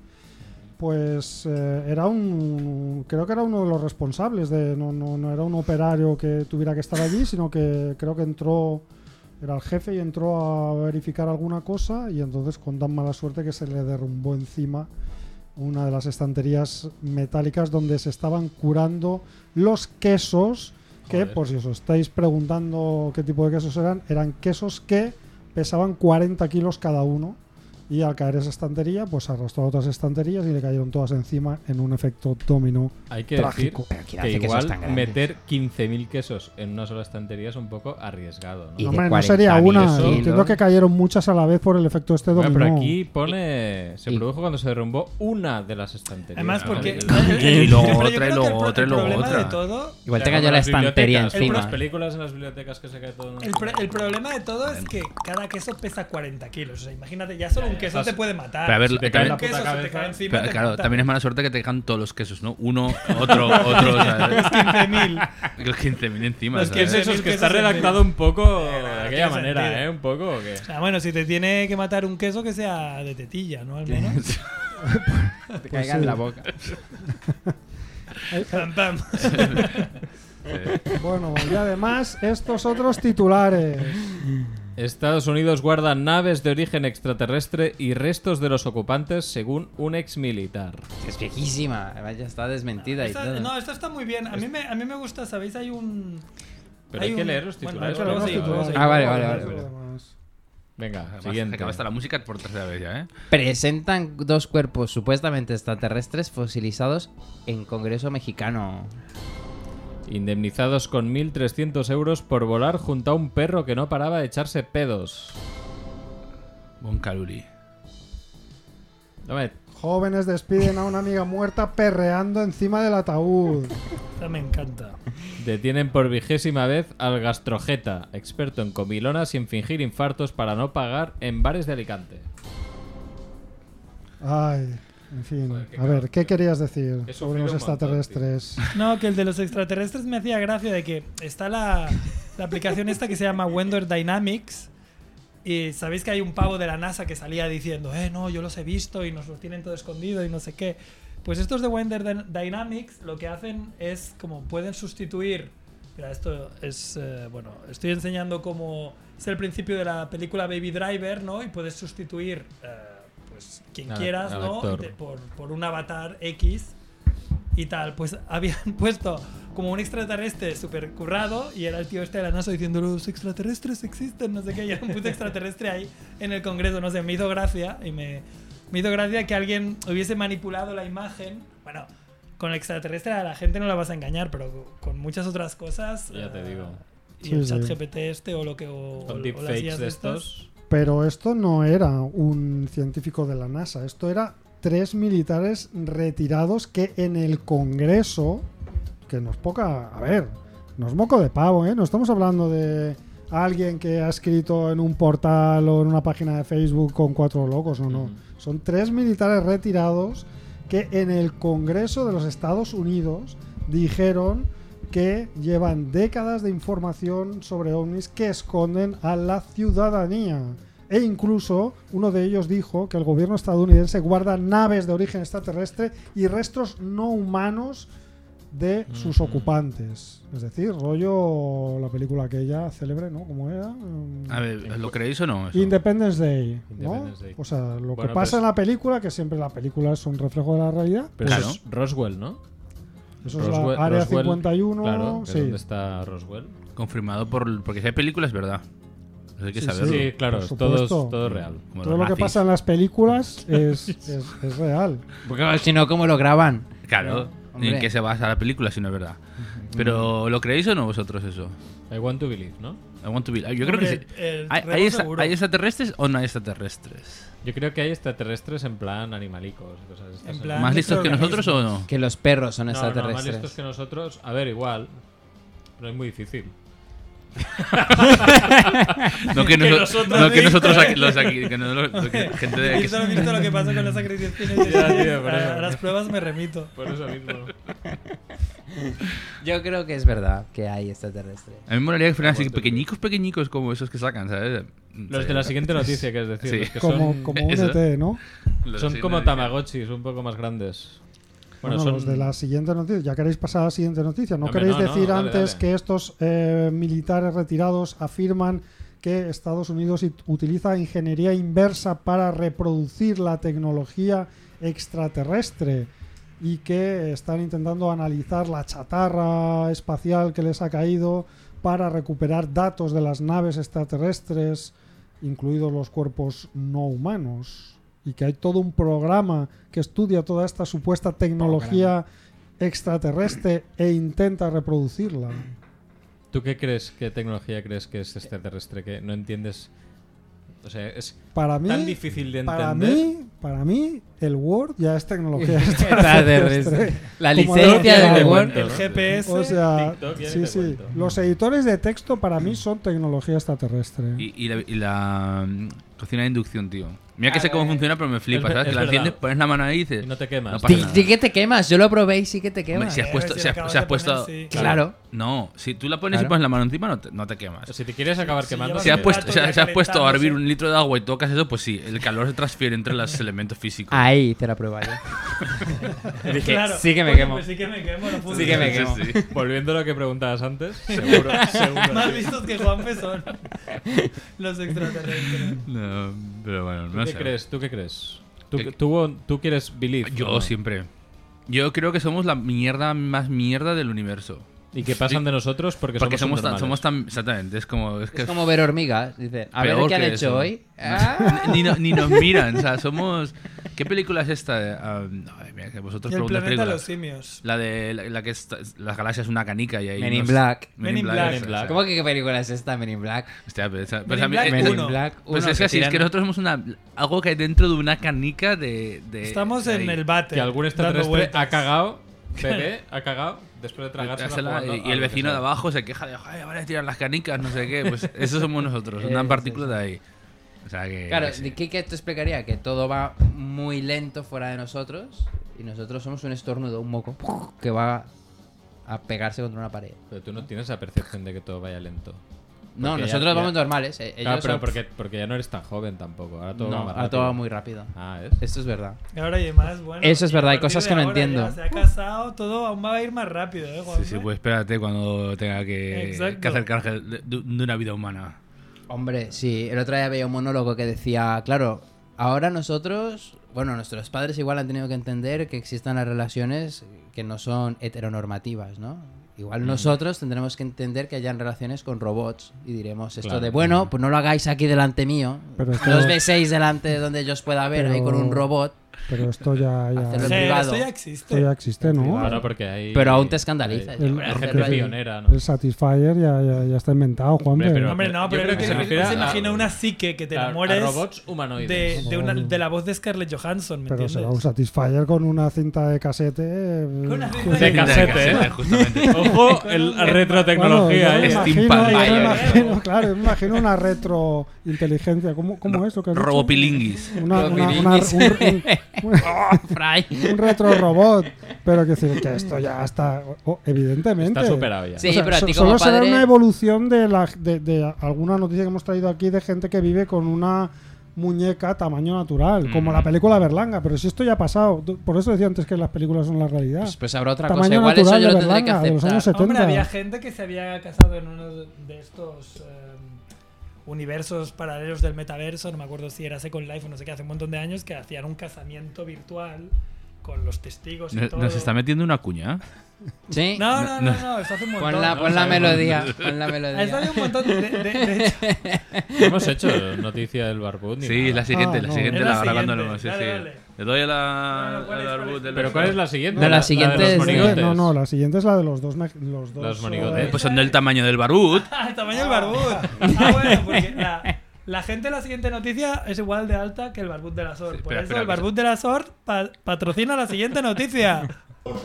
S1: pues eh, era un. Creo que era uno de los responsables, de, no, no, no era un operario que tuviera que estar allí, sino que creo que entró. Era el jefe y entró a verificar alguna cosa y entonces con tan mala suerte que se le derrumbó encima una de las estanterías metálicas donde se estaban curando los quesos que,
S3: Joder.
S1: por si os estáis preguntando qué tipo de quesos eran, eran quesos que pesaban 40 kilos cada uno y al caer esa estantería, pues arrastró a otras estanterías y le cayeron todas encima en un efecto dominó.
S3: Hay que
S1: Trágico.
S3: decir
S5: Pero ¿quién
S3: que
S5: hace quesos
S3: igual
S5: tan grandes?
S3: meter 15.000 quesos en una sola estantería es un poco arriesgado, ¿no?
S5: Y
S1: No,
S5: de
S1: hombre, no sería
S5: 40.000
S1: una,
S3: kilos.
S1: entiendo que cayeron muchas a la vez por el efecto este
S3: Bueno,
S1: dominó.
S3: pero aquí pone. Se
S5: y-
S3: produjo cuando se derrumbó una de las estanterías.
S4: Además, porque.
S2: Ah, Y luego
S4: Pero yo creo
S2: otra, y
S4: que el
S2: luego
S4: pro-
S2: otra, y luego
S4: El problema
S2: otra.
S4: de todo
S5: Igual te
S3: Claro,
S5: cayó la
S3: las
S5: estantería
S3: bibliotecas,
S5: encima. ¿eh?
S3: Las películas en las bibliotecas que se cae todo.
S4: El, pro- el problema de todo es que cada queso pesa 40 kilos. O sea, imagínate, ya solo un queso
S3: estás-
S4: te puede matar.
S2: Pero a ver, eh,
S4: Si
S3: te
S4: te cae
S3: cae
S4: un
S3: la
S4: queso,
S3: puta
S4: se te cae
S3: cabeza.
S4: encima.
S2: Pero,
S4: te
S2: claro,
S4: mata.
S2: también es mala suerte que te dejan todos los quesos, ¿no? Uno, otro, otro. ¿sabes?
S4: mil.
S2: Los 15.000 encima.
S4: Los
S3: Que
S2: ¿sabes?
S3: es
S4: 15.000
S3: eso, es que está
S4: quesos en
S3: redactado un poco
S4: no
S3: de
S4: tiene
S3: aquella manera,
S4: sentido.
S3: ¿eh? Un poco, ¿o qué?
S4: O sea, bueno, si te tiene que matar un queso, que sea de tetilla, ¿no? Al menos.
S5: Te
S1: Pues
S5: caiga
S1: sí.
S5: en la boca.
S4: Pam, pam.
S1: Bueno, y además estos otros titulares.
S3: Estados Unidos guarda naves de origen extraterrestre y restos de los ocupantes, según un ex militar.
S5: Es viejísima. Además ya está desmentida y
S4: Esta-
S5: todo.
S4: no, esto está muy bien. A mí, me, a mí me gusta, ¿sabéis? Hay un.
S3: Pero hay,
S4: Hay
S3: que
S4: un-
S3: leer los
S4: bueno,
S3: titulares.
S4: hay que leer
S3: luego
S4: los
S3: sí, luego sí.
S4: titulares.
S5: Ah, vale, vale, vale.
S3: Venga,
S2: Además,
S3: siguiente.
S2: Acaba hasta la música por tercera vez ya, ¿eh?
S5: Presentan dos cuerpos supuestamente extraterrestres fosilizados en Congreso Mexicano.
S3: Indemnizados con 1.300 euros por volar junto a un perro que no paraba de echarse pedos.
S2: Bon Caluli.
S3: Dame,
S1: Jóvenes despiden a una amiga muerta perreando encima del ataúd.
S4: Esta me encanta.
S3: Detienen por vigésima vez al gastrojeta, experto en comilonas y en fingir infartos para no pagar en bares de Alicante.
S1: Ay, en fin.
S3: Joder, qué
S1: a ver, ¿qué querías decir sobre
S3: He sufrido
S1: los
S3: un montón,
S1: extraterrestres?
S4: No, que el de los extraterrestres me hacía gracia de que está la, la aplicación esta que se llama Wendor Dynamics. Y sabéis que hay un pavo de la NASA que salía diciendo, eh, no, yo los he visto y nos los tienen todo escondido y no sé qué. Pues estos de Wendor Dyn- Dynamics lo que hacen es como pueden sustituir. Mira, esto es. eh, bueno, estoy enseñando cómo es el principio de la película Baby Driver, ¿no? Y puedes sustituir, eh, pues, quien
S3: Al-
S4: quieras,
S3: al
S4: ¿no?
S3: actor.
S4: Y te- por, por un avatar X y tal, pues habían puesto como un extraterrestre súper currado y era el tío este de la NASA diciendo los extraterrestres existen, no sé qué, y era un puto extraterrestre ahí en el Congreso, no sé, me hizo gracia y me, me hizo gracia que alguien hubiese manipulado la imagen, bueno, con el extraterrestre a la gente no la vas a engañar, pero con muchas otras cosas.
S3: Ya te
S4: eh,
S3: digo.
S4: Y el
S1: Sí,
S4: chat
S1: sí.
S4: GPT este o lo que... O, o-
S3: Con
S4: o las
S3: deepfakes
S4: IAs
S3: de
S4: estas.
S3: estos.
S1: Pero esto no era un científico de la NASA, esto era tres militares retirados que en el Congreso, que nos poca, a ver, nos moco de pavo, ¿eh? No estamos hablando de alguien que ha escrito en un portal o en una página de Facebook con cuatro locos o no. Son tres militares retirados que en el Congreso de los Estados Unidos dijeron que llevan décadas de información sobre ovnis que esconden a la ciudadanía. E incluso uno de ellos dijo que el gobierno estadounidense guarda naves de origen extraterrestre y restos no humanos de sus ocupantes. Es decir, rollo la película aquella célebre, ¿no? ¿Cómo era? Mm,
S2: A ver, ¿lo creéis o no? eso?
S1: Independence Day. ¿no?
S3: pues Independence Day.
S1: O sea, lo que
S3: Bueno,
S1: pasa
S3: pues-
S1: en la película, que siempre la película es un reflejo de la realidad,
S3: Pero
S2: Claro.
S3: eso es Roswell, ¿no?
S1: eso es
S3: Roswell-
S1: la área
S3: Roswell,
S1: 51.
S3: Claro, que es
S1: sí.
S3: donde está Roswell.
S2: Confirmado por. Porque si hay películas, es verdad. Eso hay que
S1: Sí,
S2: saberlo.
S3: Sí, claro,
S1: por
S3: todo, es-
S1: supuesto.
S3: todo es real.
S2: Como
S1: Todo
S2: los
S1: lo que
S2: nazis.
S1: pasa en las películas es, es- es real.
S5: Porque si no, ¿cómo lo graban?
S2: Claro. ni ¿En
S5: Hombre.
S2: qué se basa la película si no es verdad? Pero, ¿lo creéis o no vosotros eso?
S3: I want to believe, ¿no?
S2: I want to be- Yo
S4: Hombre,
S2: creo que sí.
S4: el
S2: ¿Hay,
S4: remo
S2: hay esa-
S4: seguro.
S2: hay extraterrestres o no hay extraterrestres?
S3: Yo creo que hay extraterrestres en plan animalicos. y Cosas de estas.
S4: En plan-
S2: ¿Más
S4: de
S2: listos que nosotros o no?
S5: Que los perros son
S3: No, no, más
S5: extraterrestres.
S3: listos que nosotros. A ver, igual. Pero es muy difícil.
S2: No que,
S4: Que
S2: noso-
S4: nosotros
S2: no que
S4: sí.
S2: nosotros aquí, los aquí, que no lo- lo que- gente de
S4: Y
S2: aquí.
S4: solo he visto lo que pasó con las acreditaciones. y
S3: Ya, tío, por eso.
S4: a, a las pruebas me remito.
S3: Por eso mismo.
S5: Yo creo que es verdad que hay extraterrestres.
S2: A mí me molaría que fueran así pequeñicos, pequeñicos como esos que sacan, ¿sabes?
S3: Los de la siguiente noticia, que es decir,
S2: Sí.
S3: los que
S1: Como,
S3: son,
S1: como un
S2: eso.
S1: ET, ¿no?
S2: Los
S3: son
S2: de-
S3: como tamagotchis, un poco más grandes. Bueno,
S1: Bueno, los
S3: son
S1: de la siguiente noticia. Ya queréis pasar a la siguiente noticia. ¿No
S3: Hombre,
S1: queréis
S3: no, no,
S1: decir
S3: dale,
S1: antes
S3: dale.
S1: que estos eh, militares retirados afirman que Estados Unidos it- utiliza ingeniería inversa para reproducir la tecnología extraterrestre y que están intentando analizar la chatarra espacial que les ha caído para recuperar datos de las naves extraterrestres, incluidos los cuerpos no humanos? Y que hay todo un programa que estudia toda esta supuesta tecnología extraterrestre e intenta reproducirla.
S3: ¿Tú qué crees, qué tecnología crees que es extraterrestre? Que no entiendes. O sea, es
S1: Para mí,
S3: tan difícil de entender.
S1: para mí, para mí, el Word ya es tecnología
S5: Extraterrestres.
S1: extraterrestre.
S5: La
S1: Como
S5: licencia
S1: no,
S5: de
S1: no,
S5: Word.
S3: no,
S4: El GPS.
S1: O sea,
S3: TikTok, ya ni
S1: sí,
S3: te
S1: sí.
S3: cuento.
S1: Los editores de texto para mí son tecnología extraterrestre.
S2: Y, y la, y la, mm, cocina de inducción, tío. Mira que
S5: Ah,
S2: sé cómo
S5: bueno.
S2: funciona, pero me flipa,
S3: eh, Es ver-
S2: ¿sabes? Que
S3: es
S2: la
S3: verdad.
S2: enciendes, pones la mano ahí y dices.
S3: Y no te quemas.
S2: No
S5: Sí,
S2: pasa nada.
S5: sí que te quemas, yo lo probé y sí que te
S2: Hombre,
S5: quemas.
S2: si has puesto.
S4: si
S2: Si has,
S4: acabas
S2: si has
S4: de
S2: puesto
S4: poner, sí.
S5: Claro.
S2: No, si tú la pones y
S5: Claro.
S2: pones la mano encima, no te, no te quemas.
S3: Si te quieres acabar
S4: Sí,
S3: quemando.
S4: llevas
S2: Si has
S4: el
S2: puesto,
S4: plato
S2: si
S4: ya
S2: has, si has puesto a hervir
S4: calentándose.
S2: un litro de agua y tocas eso, pues sí, el calor se transfiere entre los elementos físicos.
S5: Ahí te la prueba yo. Y dije, sí que me
S4: Coño,
S5: quemo.
S4: pues sí que me quemo, no puedo
S5: Sí que me
S2: Sí,
S5: quemo.
S2: sí.
S3: Volviendo a lo que preguntabas antes, seguro, seguro.
S4: Más listos que Juan Pesón. Los extraterrestres.
S2: No, pero bueno,
S3: ¿Tú
S2: no
S3: qué
S2: sé.
S3: crees? ¿Tú qué crees? ¿Tú,
S2: ¿Qué-
S3: tú, tú quieres believe?
S2: Yo
S3: o no?
S2: siempre. Yo creo que somos la mierda más mierda del universo.
S3: ¿Y qué pasan de nosotros? Porque,
S2: Porque somos, tan,
S3: subnormales.
S2: somos tan. Exactamente, es como. Es que
S5: Es como ver hormigas. Dice, a ver
S2: Peor
S5: qué han
S2: que
S5: hecho
S2: eso.
S5: hoy. Ah.
S2: ni, no- ni nos miran, o sea, somos. ¿Qué película es esta? Ah, no, ay, mira, que vosotros
S4: Y el
S2: preguntáis
S4: planeta de los
S2: películas.
S4: simios.
S5: Eh,
S2: La de la, la que está- la galaxia es una canica y ahí.
S5: Men in Black.
S4: Men in Black.
S2: esa,
S3: Men in Black.
S2: esa.
S5: ¿Cómo que qué película es esta, Men in Black?
S2: Hostia, pero esa-
S4: Men
S2: pues a
S4: in
S2: mí-
S4: Black
S2: eh,
S5: Men in
S4: uno.
S5: Black.
S2: Pues
S5: uno,
S2: es
S5: que
S2: que así, es
S5: tiran-
S2: que nosotros somos una, algo que hay dentro de una canica de. de-
S4: Estamos
S2: de
S4: en
S2: ahí.
S4: el bate.
S1: Este,
S3: Que algún
S4: dando
S3: extraterrestre
S4: vueltas.
S3: ha cagado, bebé, ha cagado, después de tragársela.
S2: Hacerla-
S3: jugando
S2: y
S3: a
S2: el
S3: lo que
S2: vecino
S3: sea.
S2: de abajo se queja de, "Ay, van a tirar las canicas, no sé qué. Pues eso somos nosotros, una
S5: Eh,
S2: partícula de ahí. O sea que.
S5: Claro,
S2: que sí.
S5: ¿de qué que esto explicaría? Que todo va muy lento fuera de nosotros y nosotros somos un estornudo, un moco que va a pegarse contra una pared.
S3: Pero tú no tienes la percepción de que todo vaya lento.
S5: No,
S3: Porque ya- ya-
S5: nosotros vamos normales. eh, ellos
S3: Claro, pero
S5: son-
S3: porque, porque ya no eres tan joven tampoco. Ahora todo
S5: No,
S3: va más
S5: ahora todo va
S3: rápido.
S5: muy rápido.
S3: Ah, ¿es?
S5: Esto es verdad.
S4: Y ahora y más, bueno.
S5: Eso es
S4: y a
S5: verdad, hay
S4: partir
S5: cosas
S4: de
S5: que no
S4: ahora
S5: entiendo.
S4: ya Se ha casado, todo aún va a ir más rápido, ¿eh, Juan?
S2: Sí, sí, pues espérate cuando tenga que,
S4: Exacto.
S2: que acercarse de, de- de una vida humana.
S5: Hombre, sí, el otro día veía un monólogo que decía, claro, ahora nosotros, bueno, nuestros padres igual han tenido que entender que existan las relaciones que no son heteronormativas, ¿no? Igual nosotros tendremos que entender que hayan relaciones con robots y diremos esto
S3: Claro.
S5: de, bueno, pues no lo hagáis aquí delante mío,
S1: Pero esto-
S5: no os beséis delante de donde yo os pueda ver ahí con
S1: Pero-
S5: un robot.
S1: Pero esto ya, ya-
S5: Hacerlo en
S1: esto
S4: Pero
S5: privado.
S4: esto ya existe.
S1: ya existe, ¿no?
S5: privado.
S3: Bueno, porque hay.
S5: Pero aún te escandalizas.
S3: hay
S1: El-
S3: gente
S1: pero-
S3: pionera, ¿no?
S1: El Satisfyer ya, ya- ya está inventado, Juan.
S3: Hombre,
S4: No, Hombre,
S3: Yo
S4: no, pero
S3: creo que se
S4: se,
S3: refiere a-
S4: imagina una psique que te
S3: A-
S4: enamores
S3: A robots humanoides.
S4: de, de una- de la voz de Scarlett Johansson, ¿me
S1: Pero será un
S4: entiendes?
S1: Satisfyer con una cinta de casete. eh,
S4: una cinta
S1: que-
S3: De
S4: ca-
S3: casete, ¿eh?
S2: justamente.
S3: Ojo, el, la retrotecnología,
S1: Claro, yo me
S2: ¿eh?
S1: imagino-
S3: ¿eh?
S2: Steampunk
S1: yo me
S2: Fire.
S1: imagino, Claro, yo me imagino una retrointeligencia. ¿Cómo, cómo es lo que has dicho?
S2: Robopilinguis.
S1: Una- una- una-
S5: Robopilinguis.
S1: un- un-
S5: Fry.
S1: un retro robot. Pero que decir que esto ya está. oh, evidentemente.
S3: Está superado ya.
S5: Sí, pero a
S1: so-
S5: ti como
S1: solo será
S5: padre-
S1: una evolución de, la, de, de alguna noticia que hemos traído aquí de gente que vive con una muñeca tamaño natural, como
S3: Mm.
S1: la película Berlanga. Pero si esto ya ha pasado, tú- por eso decía antes que las películas son la realidad.
S5: Pues, pues habrá otra cosa.
S1: Ah, Tamaño
S5: Igual eso
S1: natural
S5: yo
S1: de
S5: lo tendré que
S1: Berlanga, de los
S5: aceptar.
S1: años 70.
S4: Hombre, había gente que se había casado en uno de estos eh, universos paralelos del metaverso, no me acuerdo si era Second Life o no sé qué, hace un montón de años, que hacían un casamiento virtual con los testigos y
S2: Nos-
S4: todo.
S2: Nos está metiendo una cuña.
S5: Sí.
S4: No, no, no, no, eso hace un montón.
S5: Pon la, pon la
S2: no.
S5: melodía. Pon la
S4: Eso
S5: melodía.
S4: hace un montón de, de- de hecho.
S3: No hemos hecho noticia del barbud ni
S2: Sí,
S3: nada.
S2: la siguiente,
S1: Ah,
S2: la
S1: no.
S2: siguiente,
S4: Es
S2: la,
S4: la
S2: ahora cuando
S4: siguiente.
S2: lo- sí,
S4: Dale,
S2: sí.
S4: dale.
S2: Le doy a
S4: No,
S2: la.
S4: no, ¿cuál
S2: al
S4: es, cuál
S2: árbol
S4: es?
S2: del-
S3: ¿Pero cuál es la siguiente?
S5: No, la siguiente
S3: de
S5: es-
S3: los
S1: Eh,
S3: monigotes.
S1: No, no, la siguiente es la de los dos. me- Los, dos
S3: Los
S1: eh,
S3: monigotes.
S2: Eh, Pues son del tamaño del barbud.
S4: Ah, el tamaño del barbud. Ah, bueno, porque la, la gente de la siguiente noticia es igual de alta que el barbud de la SOR.
S2: Sí,
S4: Por
S2: espera,
S4: eso
S2: espera,
S4: el barbud de la SOR pa- patrocina la siguiente noticia.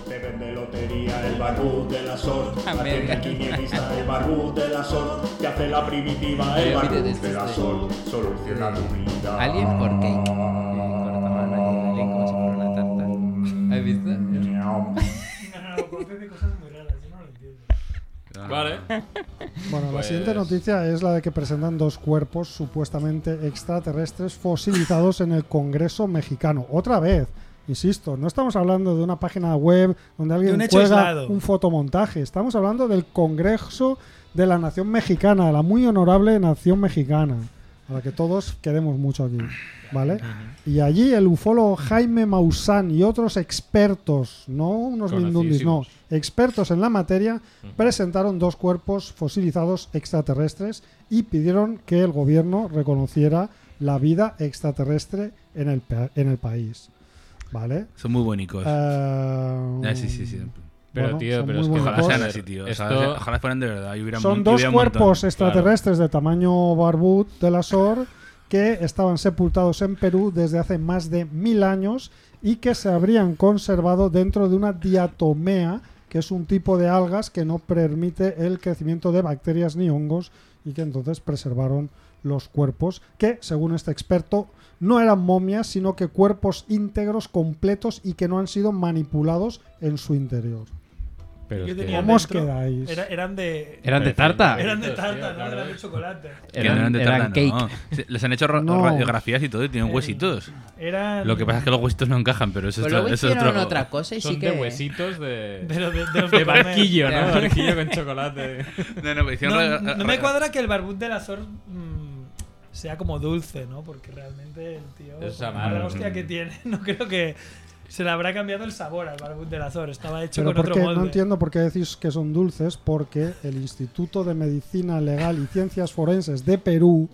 S7: Te vende lotería el barbú de la SOR. La
S5: Amén.
S7: tienda quinielista el barbú de la SOR. Te hace la primitiva el
S5: Yo
S7: barbú
S5: miro desde
S7: de la
S5: este.
S7: SOR. Soluciona tu vida.
S5: Alien por cake. Y cortaban ahí el alien como si fuera una tarta. ¿Has visto?
S7: Miau.
S4: No, no, Juanfe dice cosas muy raras, yo no lo entiendo.
S3: Vale.
S1: Bueno, la
S3: Pues-
S1: siguiente noticia es la de que presentan dos cuerpos supuestamente extraterrestres fosilizados en el Congreso mexicano. Otra vez, insisto, no estamos hablando de una página web donde alguien
S4: un hecho
S1: cuelga
S4: aislado.
S1: un fotomontaje. Estamos hablando del Congreso de la Nación Mexicana, de la muy honorable Nación Mexicana, a la que todos queremos mucho aquí, ¿vale? Y allí el ufólogo Jaime Maussan y otros expertos, no unos mindundis, no,
S3: Conocidísimos.
S1: expertos en la materia, presentaron dos cuerpos fosilizados extraterrestres y pidieron que el gobierno reconociera la vida extraterrestre en el, pa- en el país. ¿Vale?
S2: Son muy buenicos.
S1: Ah, Eh,
S2: Pues, Ah, sí, sí, sí.
S3: Pero,
S1: bueno,
S3: tío,
S1: son
S3: pero
S1: muy
S3: es que
S1: buenos
S2: Ojalá
S3: Dos.
S2: sean así, tío. O sea,
S3: Esto-
S2: Ojalá fueran de verdad. y hubiera un
S1: Son
S2: mon- y
S1: dos
S2: hubiera un montón.
S1: cuerpos extraterrestres de tamaño barbud de la SOR que estaban sepultados en Perú desde hace más de mil años y que se habrían conservado dentro de una diatomea, que es un tipo de algas que no permite el crecimiento de bacterias ni hongos y que entonces preservaron los cuerpos que, según este experto, no eran momias, sino que cuerpos íntegros, completos y que no han sido manipulados en su interior.
S3: Pero
S4: Yo
S3: es que-
S4: tenía
S1: ¿Cómo os
S4: dentro-
S1: quedáis?
S4: era- eran de.
S5: Eran de tarta.
S4: Eran de
S3: Tío,
S4: tarta, no
S3: claro.
S4: eran de chocolate.
S2: Que no eran de tarta, no. Se- Les han hecho ra-
S1: No.
S2: radiografías y todo y tienen
S4: Eh,
S2: huesitos.
S4: Eran.
S2: Lo que pasa es que los huesitos no encajan, pero eso es
S5: Pero
S2: otro-
S5: luego
S2: eso es
S5: Pues hicieron
S2: otro-
S5: otra cosa y
S3: Son
S5: sí
S3: de
S5: que.
S3: huesitos de.
S4: De, los de, de los
S3: De
S4: que comen.
S3: barquillo, ¿no?
S5: Ya.
S3: Barquillo con chocolate.
S2: No, no, pero hicieron
S4: No,
S2: ra- ra-
S4: no me
S2: ra-
S4: cuadra que el barbud de la SOR mm, sea como dulce, ¿no? Porque realmente el tío.
S3: Es
S4: con
S3: amargo.
S4: La hostia que tiene, no creo que. Se le habrá cambiado el sabor al barbud de la SOR. Estaba hecho
S1: Pero
S4: con
S1: porque
S4: otro molde.
S1: no entiendo por qué decís que son dulces, porque el Instituto de Medicina Legal y Ciencias Forenses de Perú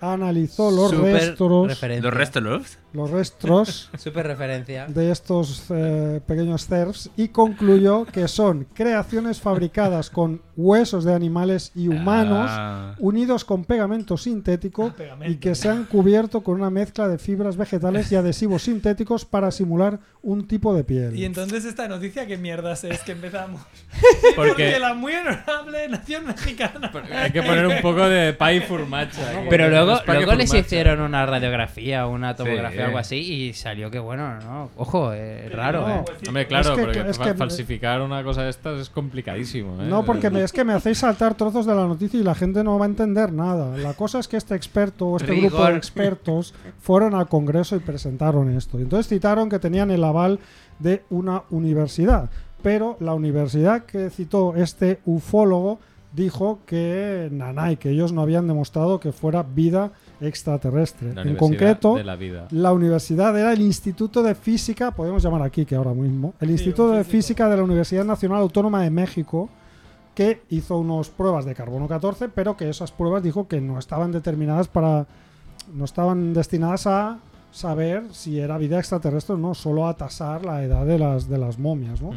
S1: analizó los
S5: Súper
S1: restos,
S5: referencia.
S2: Los restos, los-
S1: los restos
S5: Súper referencia.
S1: de estos eh, pequeños CERFs y concluyó que son creaciones fabricadas con huesos de animales y humanos
S2: Ah.
S1: unidos con pegamento sintético
S4: Ah, pegamento.
S1: y que se han cubierto con una mezcla de fibras vegetales y adhesivos sintéticos para simular un tipo de piel.
S4: Y entonces esta noticia, ¿qué mierdas es que empezamos? Porque
S3: Porque
S4: la muy honorable nación mexicana.
S3: hay que poner un poco de pie furmacha. aquí.
S5: Pero luego,
S3: Es pie
S5: luego les
S3: furmacha.
S5: hicieron una radiografía, una tomografía
S2: Sí.
S5: o algo así y salió que bueno, ¿no? Ojo, eh, raro,
S1: no.
S5: ¿eh?
S4: pues,
S3: Hombre, claro,
S1: Es que-
S3: porque
S1: es
S3: fa-
S1: que-
S3: falsificar una cosa de estas es complicadísimo. ¿eh?
S1: No, porque me- es que me hacéis saltar trozos de la noticia y la gente no va a entender nada. La cosa es que este experto o este grupo
S5: Rigor.
S1: de expertos fueron al Congreso y presentaron esto. Y Entonces citaron que tenían el aval de una universidad, pero la universidad que citó este ufólogo dijo que nanay, que ellos no habían demostrado que fuera vida extraterrestre.
S3: La
S1: en
S3: universidad
S1: concreto,
S3: De la vida.
S1: la universidad era el Instituto de Física, podemos llamar aquí que ahora mismo, el Instituto
S4: un
S1: de
S4: físico.
S1: Física de la Universidad Nacional Autónoma de México, que hizo unas pruebas de carbono 14, pero que esas pruebas dijo que no estaban determinadas para. no estaban destinadas a saber si era vida extraterrestre o no, solo a tasar la edad de las, de las momias, ¿no?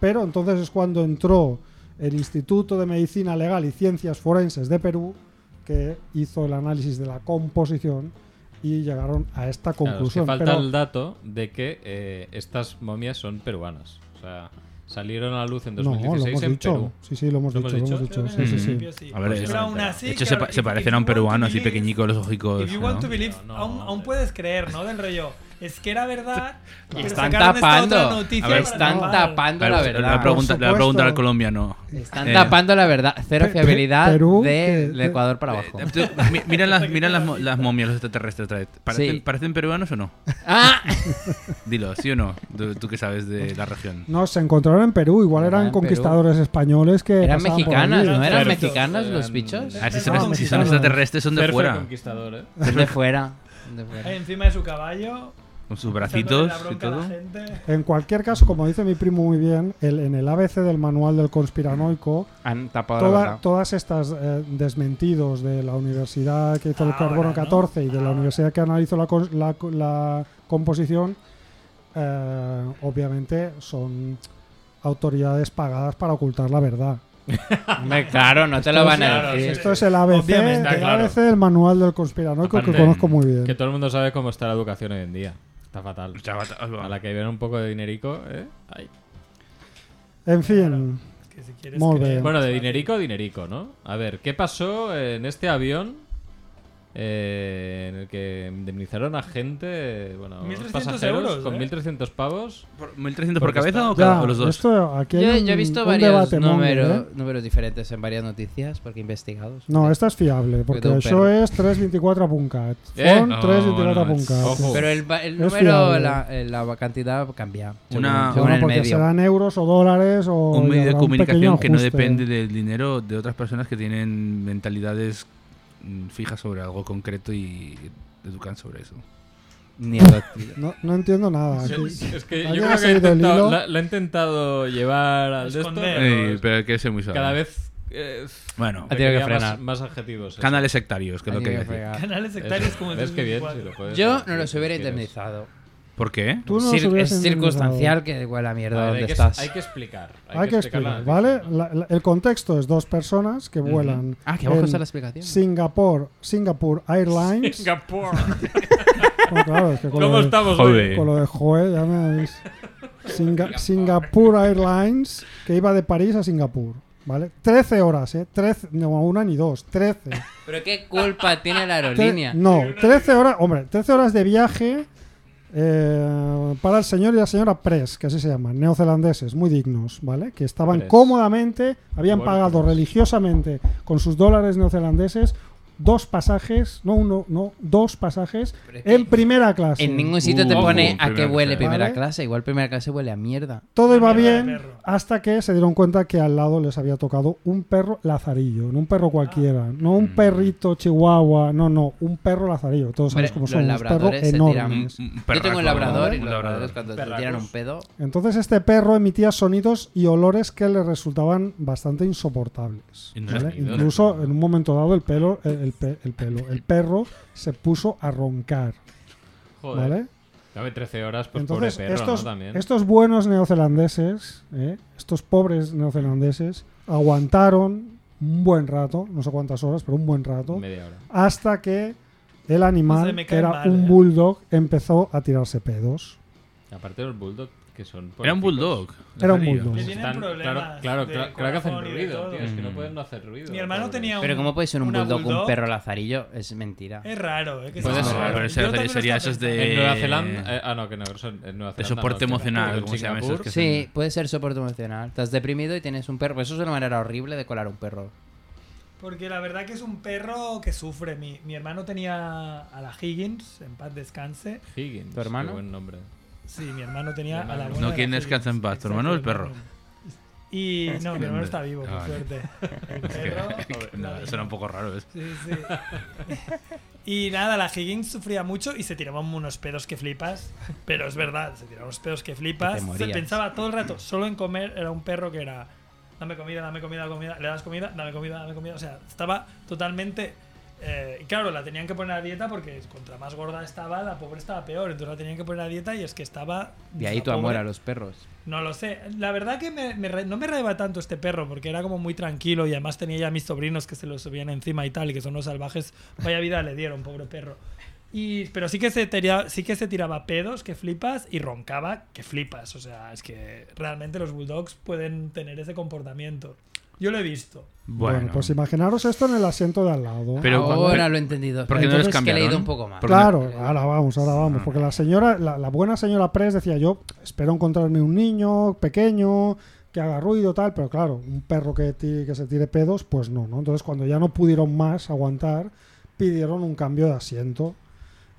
S1: Pero entonces es cuando entró el Instituto de Medicina Legal y Ciencias Forenses de Perú, que hizo el análisis de la composición y llegaron a esta
S3: Claro, es que
S1: conclusión.
S3: falta
S1: Pero-
S3: el dato de que eh, estas momias son peruanas. O sea, salieron a la luz en
S1: no, lo
S3: 2016
S1: hemos
S3: en
S1: dicho.
S3: Perú.
S1: Sí, sí, lo hemos
S3: ¿Lo
S1: dicho.
S3: hemos
S1: Lo hemos
S3: dicho? Mm.
S1: dicho.
S4: Creo que
S1: Sí,
S4: en
S1: sí,
S4: el
S1: sí.
S4: principio sí. Pues
S2: A ver,
S4: Pero
S2: eh,
S4: aún así,
S2: de hecho, se,
S4: claro,
S2: pa- se
S4: if-
S2: parecen
S4: if
S2: a un
S4: you want to
S2: peruano así
S4: believe-
S2: pequeñico los ojicos.
S4: If you want to
S2: Pues, ¿no?
S4: believe,
S3: No, no,
S4: aún, aún
S3: hombre.
S4: puedes creer, ¿no? Del rollo. Es que era verdad.
S5: Y
S4: pero
S5: están
S4: sacaron esta
S5: tapando.
S4: otra noticia
S2: A ver,
S4: para
S5: están
S4: tapar.
S5: tapando
S2: Claro,
S5: la
S2: le voy a
S5: verdad.
S2: preguntar-
S1: Por
S2: le voy a preguntar al
S1: supuesto.
S2: colombiano.
S5: Están
S2: Eh,
S5: tapando la verdad. Cero
S1: Pe- pe-
S5: fiabilidad
S1: Perú,
S5: del
S1: que-
S5: Ecuador para abajo.
S2: Eh, tú- mi- Mira las, mira las, mo- las momias, los extraterrestres otra vez. ¿Parecen,
S5: Sí.
S2: parecen peruanos o no?
S5: ¡Ah!
S2: Dilo, ¿sí o no? Tú, tú que sabes de la región.
S1: No, se encontraron en Perú. Igual
S5: Eran
S1: eran
S5: en Perú.
S1: conquistadores españoles que.
S5: Eran
S1: pasaban por
S5: mexicanas,
S1: allí.
S5: ¿no? Eran
S4: Claro.
S5: mexicanos los
S4: Eh,
S3: Eran-
S5: bichos.
S2: Ah, si
S4: Eran
S2: son, si son
S1: mexicanos.
S2: extraterrestres, son de
S3: Surfer
S2: fuera.
S3: conquistador, ¿eh?
S5: Son de fuera. son de fuera.
S4: Ahí encima de su caballo.
S2: Con sus
S4: echándole
S2: bracitos
S4: la
S2: y
S4: bronca a la
S2: todo.
S4: gente.
S1: En cualquier caso, como dice mi primo muy bien, el- en el ABC del manual del conspiranoico,
S5: Han tapado
S1: toda-
S5: la verdad.
S1: todas estas eh, desmentidos de la universidad que hizo el
S4: Ahora,
S1: carbono
S4: ¿no?
S1: 14 y de la
S4: Ahora.
S1: universidad que analizó la, cons- la co- la composición, eh, obviamente son autoridades pagadas para ocultar la verdad.
S5: Hombre, claro, no te lo van a
S3: Claro, sí,
S5: decir.
S1: Esto es el ABC,
S4: Obviamente,
S1: el
S3: claro.
S1: ABC del manual del conspiranoico que
S3: Aparte,
S1: conozco muy bien.
S3: Que todo el mundo sabe cómo está la educación hoy en día. Está fatal.
S2: Chavata-
S3: A la que viene un poco de dinerico, ¿eh? Ay.
S1: En fin,
S4: Es que si quieres
S1: Muy
S4: creer-
S1: bien.
S3: Bueno, de dinerico, dinerico, ¿no? A ver, ¿qué pasó en este avión eh, en el que indemnizaron a gente, eh, bueno, a unos
S4: 1.300
S3: pasajeros
S4: euros,
S3: con
S4: ¿eh?
S3: 1.300 pavos?
S2: ¿Por- ¿1300 por
S3: Porque
S2: cabeza
S3: está-
S2: o cada
S1: ya,
S2: o los dos?
S1: esto aquí
S5: Yo,
S1: hay
S5: yo
S1: un-
S5: he visto
S1: un
S5: varios
S1: debate monger,
S5: número-
S1: ¿eh?
S5: números diferentes en varias noticias, porque investigados.
S1: No, esta es fiable, porque
S5: Cuidado,
S1: això
S5: perro.
S1: és 324.cat.
S3: Eh?
S1: Font
S2: No,
S1: 324.cat.
S2: no,
S1: Ojo.
S5: Pero el, va- el
S1: Es
S5: número,
S1: fiable.
S5: la, eh, la cantidad cambia.
S2: Una-
S5: según, según
S1: Bueno,
S5: Ah, el
S1: porque
S5: medio.
S1: serán euros o dólares o...
S2: un medio de
S1: habrá
S2: comunicación
S1: pequeño
S2: que no
S1: ajuste.
S2: depende del dinero de otras personas que tienen mentalidades mm, fijas sobre algo concreto y educan sobre eso.
S5: Ni el otro.
S1: No, no entiendo nada.
S5: Ah,
S1: Aquí.
S5: pues,
S3: Es que yo
S1: ¿Alguien
S3: creo
S1: ha
S3: que he
S1: seguido el
S3: intentado-
S1: hilo?
S3: la, la he intentado llevar al de esto,
S4: Esconder.
S3: pero
S2: Ey, pero hay que ser muy suave.
S3: cada vez... eh,
S2: Bueno,
S5: Ha tenido que
S3: requería más-
S5: frenar.
S3: Más, adjetivos. eso.
S2: canales sectarios, que es lo que
S5: Hay
S2: hay
S5: que
S2: que decir.
S5: fregar.
S4: Canales sectarios
S3: Eso.
S4: como el
S3: ¿Ves qué bien?
S4: 2004.
S3: Si lo puedes
S5: Yo
S3: hacer,
S5: no los
S3: si
S5: hubiera
S3: quieres.
S5: indemnizado.
S2: ¿Por qué?
S1: Tú no
S5: Cir-
S1: los hubieras
S5: es
S1: indemnizado.
S5: circunstancial que igual a
S3: A
S5: mierda
S3: ver,
S5: donde
S3: hay, que,
S5: estás.
S3: hay que explicar. Hay,
S1: Hay, que
S3: explicar la
S1: explicar, ¿vale?
S3: noticia.
S1: La- la- el contexto es dos personas que vuelan
S5: Ah, que abajo
S1: en
S5: está la explicación.
S1: Singapore, Singapore Airlines.
S3: Singapur.
S1: Bueno, claro, es que con lo
S3: ¿Cómo
S1: de-
S3: estamos hoy?
S2: Joder.
S1: Con lo de Joe, ya me habéis- Singa- Singapore Airlines, que iba de París a Singapur, ¿vale? 13 horas, ¿eh? 13, no, una ni dos, 13.
S5: Pero qué culpa tiene la
S1: Tre-
S5: aerolínea.
S1: no, 13 horas, hombre, 13 horas de viaje eh, para el señor y la señora Press, que así se llaman, neozelandeses, muy dignos, ¿vale? Que estaban
S3: Press.
S1: cómodamente, habían
S3: Bueno,
S1: pagado
S3: Press.
S1: religiosamente con sus dólares neozelandeses dos pasajes, no uno, no, dos pasajes
S5: Pero es que
S1: en primera clase.
S5: En ningún sitio te
S2: Uh,
S5: pone a
S2: primera
S5: qué huele
S2: clase.
S5: primera
S1: Vale.
S5: clase. Igual primera clase huele a mierda.
S1: Todo iba
S4: Mierda de
S1: bien
S4: perro.
S1: hasta que se dieron cuenta que al lado les había tocado un perro lazarillo, no un
S4: Ah.
S1: perro cualquiera, no un
S5: Mm.
S1: perrito chihuahua, no, no, un perro lazarillo. Todos sabemos
S5: Hombre,
S1: cómo
S5: los
S1: son los perros
S5: labradores se tiran
S1: enormes.
S2: Un- un
S5: Yo tengo
S2: perraco,
S5: un labrador y
S2: un
S5: los labradores
S2: labrador.
S5: cuando te tiran un pedo.
S1: Entonces este perro emitía sonidos y olores que le resultaban bastante insoportables.
S2: Y no
S1: ¿vale?
S2: es que-
S1: Incluso en un momento dado el pelo, el, el pe- el pelo, el perro se puso a roncar,
S3: Joder.
S1: ¿vale?
S3: Dame 13 horas, pues
S1: Entonces
S3: pobre perro,
S1: estos,
S3: ¿no? También.
S1: estos buenos neozelandeses, ¿eh? estos pobres neozelandeses, aguantaron un buen rato, no sé cuántas horas, pero un buen rato,
S3: Media hora.
S1: hasta que el
S4: No sé, me
S1: animal, que
S4: cae
S1: era
S4: mal,
S1: un
S4: eh.
S1: bulldog, empezó a tirarse pedos.
S3: Aparte los bulldog que son...
S2: Era
S3: pobrecitos.
S2: un bulldog.
S1: Era un
S2: Amarillo.
S1: bulldog.
S4: Que tienen
S3: Están-
S4: problemas
S3: Claro,
S4: de
S3: claro, cla- claro que hacen
S4: corazón y de
S3: ruido,
S4: todo.
S3: tío. Es que no
S2: Mm.
S3: pueden no hacer ruido.
S4: Mi hermano
S3: pobres.
S4: tenía un.
S5: Pero ¿cómo puede ser un
S4: una
S5: bulldog, un
S4: bulldog?
S5: perro lazarillo? Es mentira.
S4: Es raro, ¿eh? Que
S3: Puede
S4: sea
S3: ser,
S4: raro.
S2: pero
S4: Yo
S2: ese
S4: también lo
S2: sería
S4: estaba
S2: esos de-
S3: En
S2: Eh,
S3: Nueva Zelanda... eh, ah, no, que no. Son en Nueva Zelanda,
S2: de soporte
S3: no,
S2: emocional,
S3: en
S2: ¿cómo se llaman esos
S3: Singapur.
S2: que
S5: Sí, puede ser soporte emocional. Estás deprimido y tienes un perro. Pues Eso es una manera horrible de colar a un perro.
S4: Porque la verdad que es un perro que sufre. Mi, mi hermano tenía a la Higgins, en paz descanse.
S3: Higgins.
S5: ¿Tu hermano?
S3: qué buen nombre.
S4: Sí, mi hermano
S3: Mi
S4: tenía a la
S3: hermano.
S4: abuela
S2: No,
S4: de la
S2: ¿quién
S4: Higgins.
S2: descansa en paz, tu
S4: Exacto,
S2: hermano o el
S4: mi
S2: perro?
S4: Y no, mi hermano está vivo,
S2: Ah,
S4: por
S2: vale.
S4: suerte. El perro.
S2: Es que- no, suena un poco raro. ¿ves?
S4: Sí, sí. Y nada, la Higgins sufría mucho y se tiraban unos pedos que flipas. Pero es verdad, se tiraban unos pedos que
S5: Que
S4: flipas.
S5: te
S4: se
S5: morías.
S4: pensaba todo el rato solo en comer. Era un perro que era. Dame comida, dame comida, dame comida. Le das comida, dame comida, dame comida. O sea, estaba totalmente Eh, y claro, la tenían que poner a dieta porque contra más gorda estaba, la pobre estaba peor. Entonces la tenían que poner a dieta y es que estaba.
S5: De ahí
S4: la
S5: tu amor
S4: pobre-
S5: a los perros.
S4: No lo sé. La verdad que me- me re- no me reba tanto este perro porque era como muy tranquilo y además tenía ya mis sobrinos que se lo subían encima y tal, y que son los salvajes. Vaya vida le dieron, pobre perro. Y, pero sí que, se teria- sí que se tiraba pedos, que flipas, y roncaba, que flipas. O sea, es que realmente los bulldogs pueden tener ese comportamiento. Yo lo he visto.
S1: Bueno, pues imaginaros esto en el asiento de al lado.
S2: Pero-
S5: Ahora
S2: pero-
S5: lo he entendido.
S2: ¿por qué no
S5: Entonces,
S2: les
S5: que he
S2: cambiaron?
S5: leído un poco más.
S2: ¿Por
S1: claro, ahora vamos, ahora vamos.
S2: Ah.
S1: Porque la señora, la, la buena señora Press decía, yo espero encontrarme un niño pequeño que haga ruido, tal, pero claro, un perro que, ti- que se tire pedos, pues no, ¿no? Entonces cuando ya no pudieron más aguantar, pidieron un cambio de asiento.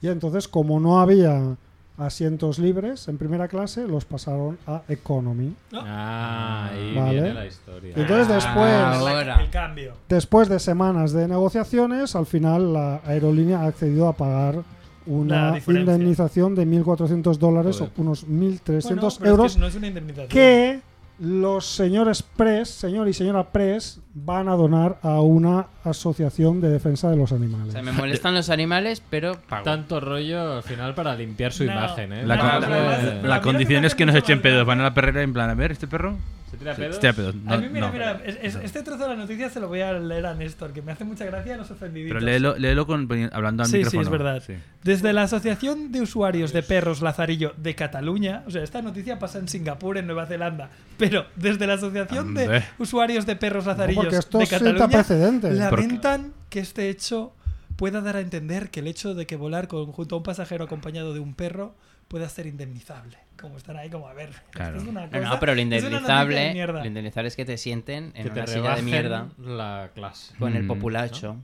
S1: Y entonces, como no había asientos libres en primera clase, los pasaron a Economy.
S3: Ah, ahí
S1: Vale.
S3: viene la historia.
S1: Y Entonces después...
S5: Ah, Ahora.
S4: El cambio.
S1: Después de semanas de negociaciones, al final la aerolínea ha accedido a pagar
S4: La
S1: una
S4: diferencia.
S1: indemnización de 1.400 dólares o
S3: Joder.
S1: unos
S4: Bueno,
S1: 1.300
S4: pero es que
S1: euros
S4: no es una indemnización.
S1: que los señores Press, señor y señora Press, van a donar a una asociación de defensa de los
S5: O
S1: animales.
S5: sea, me molestan los animales, pero pago.
S3: Ah, Tanto rollo al final para limpiar su
S4: No.
S3: imagen, ¿eh?
S2: La,
S4: No,
S2: con-
S4: pero
S2: la-
S4: además-
S2: la
S4: a mí lo que
S2: condición
S4: me
S2: es que
S4: hace
S2: nos
S4: mucho
S2: echen
S4: más
S2: pedos.
S4: gracia-
S2: Van a la perrera en plan, a ver, ¿este perro?
S3: ¿Se tira
S2: Se-
S3: pedos?
S2: se tira pedos.
S4: a
S2: No,
S4: mí, mira,
S2: no.
S4: mira, es- es- este trozo de la noticia se lo voy a leer a Néstor, que me hace mucha gracia los ofendiditos.
S2: Pero léelo, léelo con, poni- hablando al
S4: Sí, sí,
S2: micrófono.
S4: es verdad.
S2: Sí.
S4: Desde la Asociación de Usuarios de Perros Lazarillo de Cataluña, o sea, esta noticia pasa en Singapur, en Nueva Zelanda, pero desde la Asociación de
S2: Ande.
S4: Usuarios de Perros Lazarillos
S1: porque esto
S4: de
S1: sienta
S4: Cataluña
S1: precedentes.
S4: lamentan que este hecho pueda dar a entender que el hecho de que volar con, junto a un pasajero acompañado de un perro pueda ser indemnizable. Como están ahí, como a ver. esto
S2: Claro.
S4: es una
S5: No, no,
S4: cosa-
S5: pero lo
S4: es una noticia de
S5: indemnizable,
S4: mierda.
S5: lo indemnizable es que te sienten en
S3: Que te
S5: una silla de
S3: rebajen
S5: mierda
S3: la clase.
S5: con el
S2: Mm.
S5: populacho.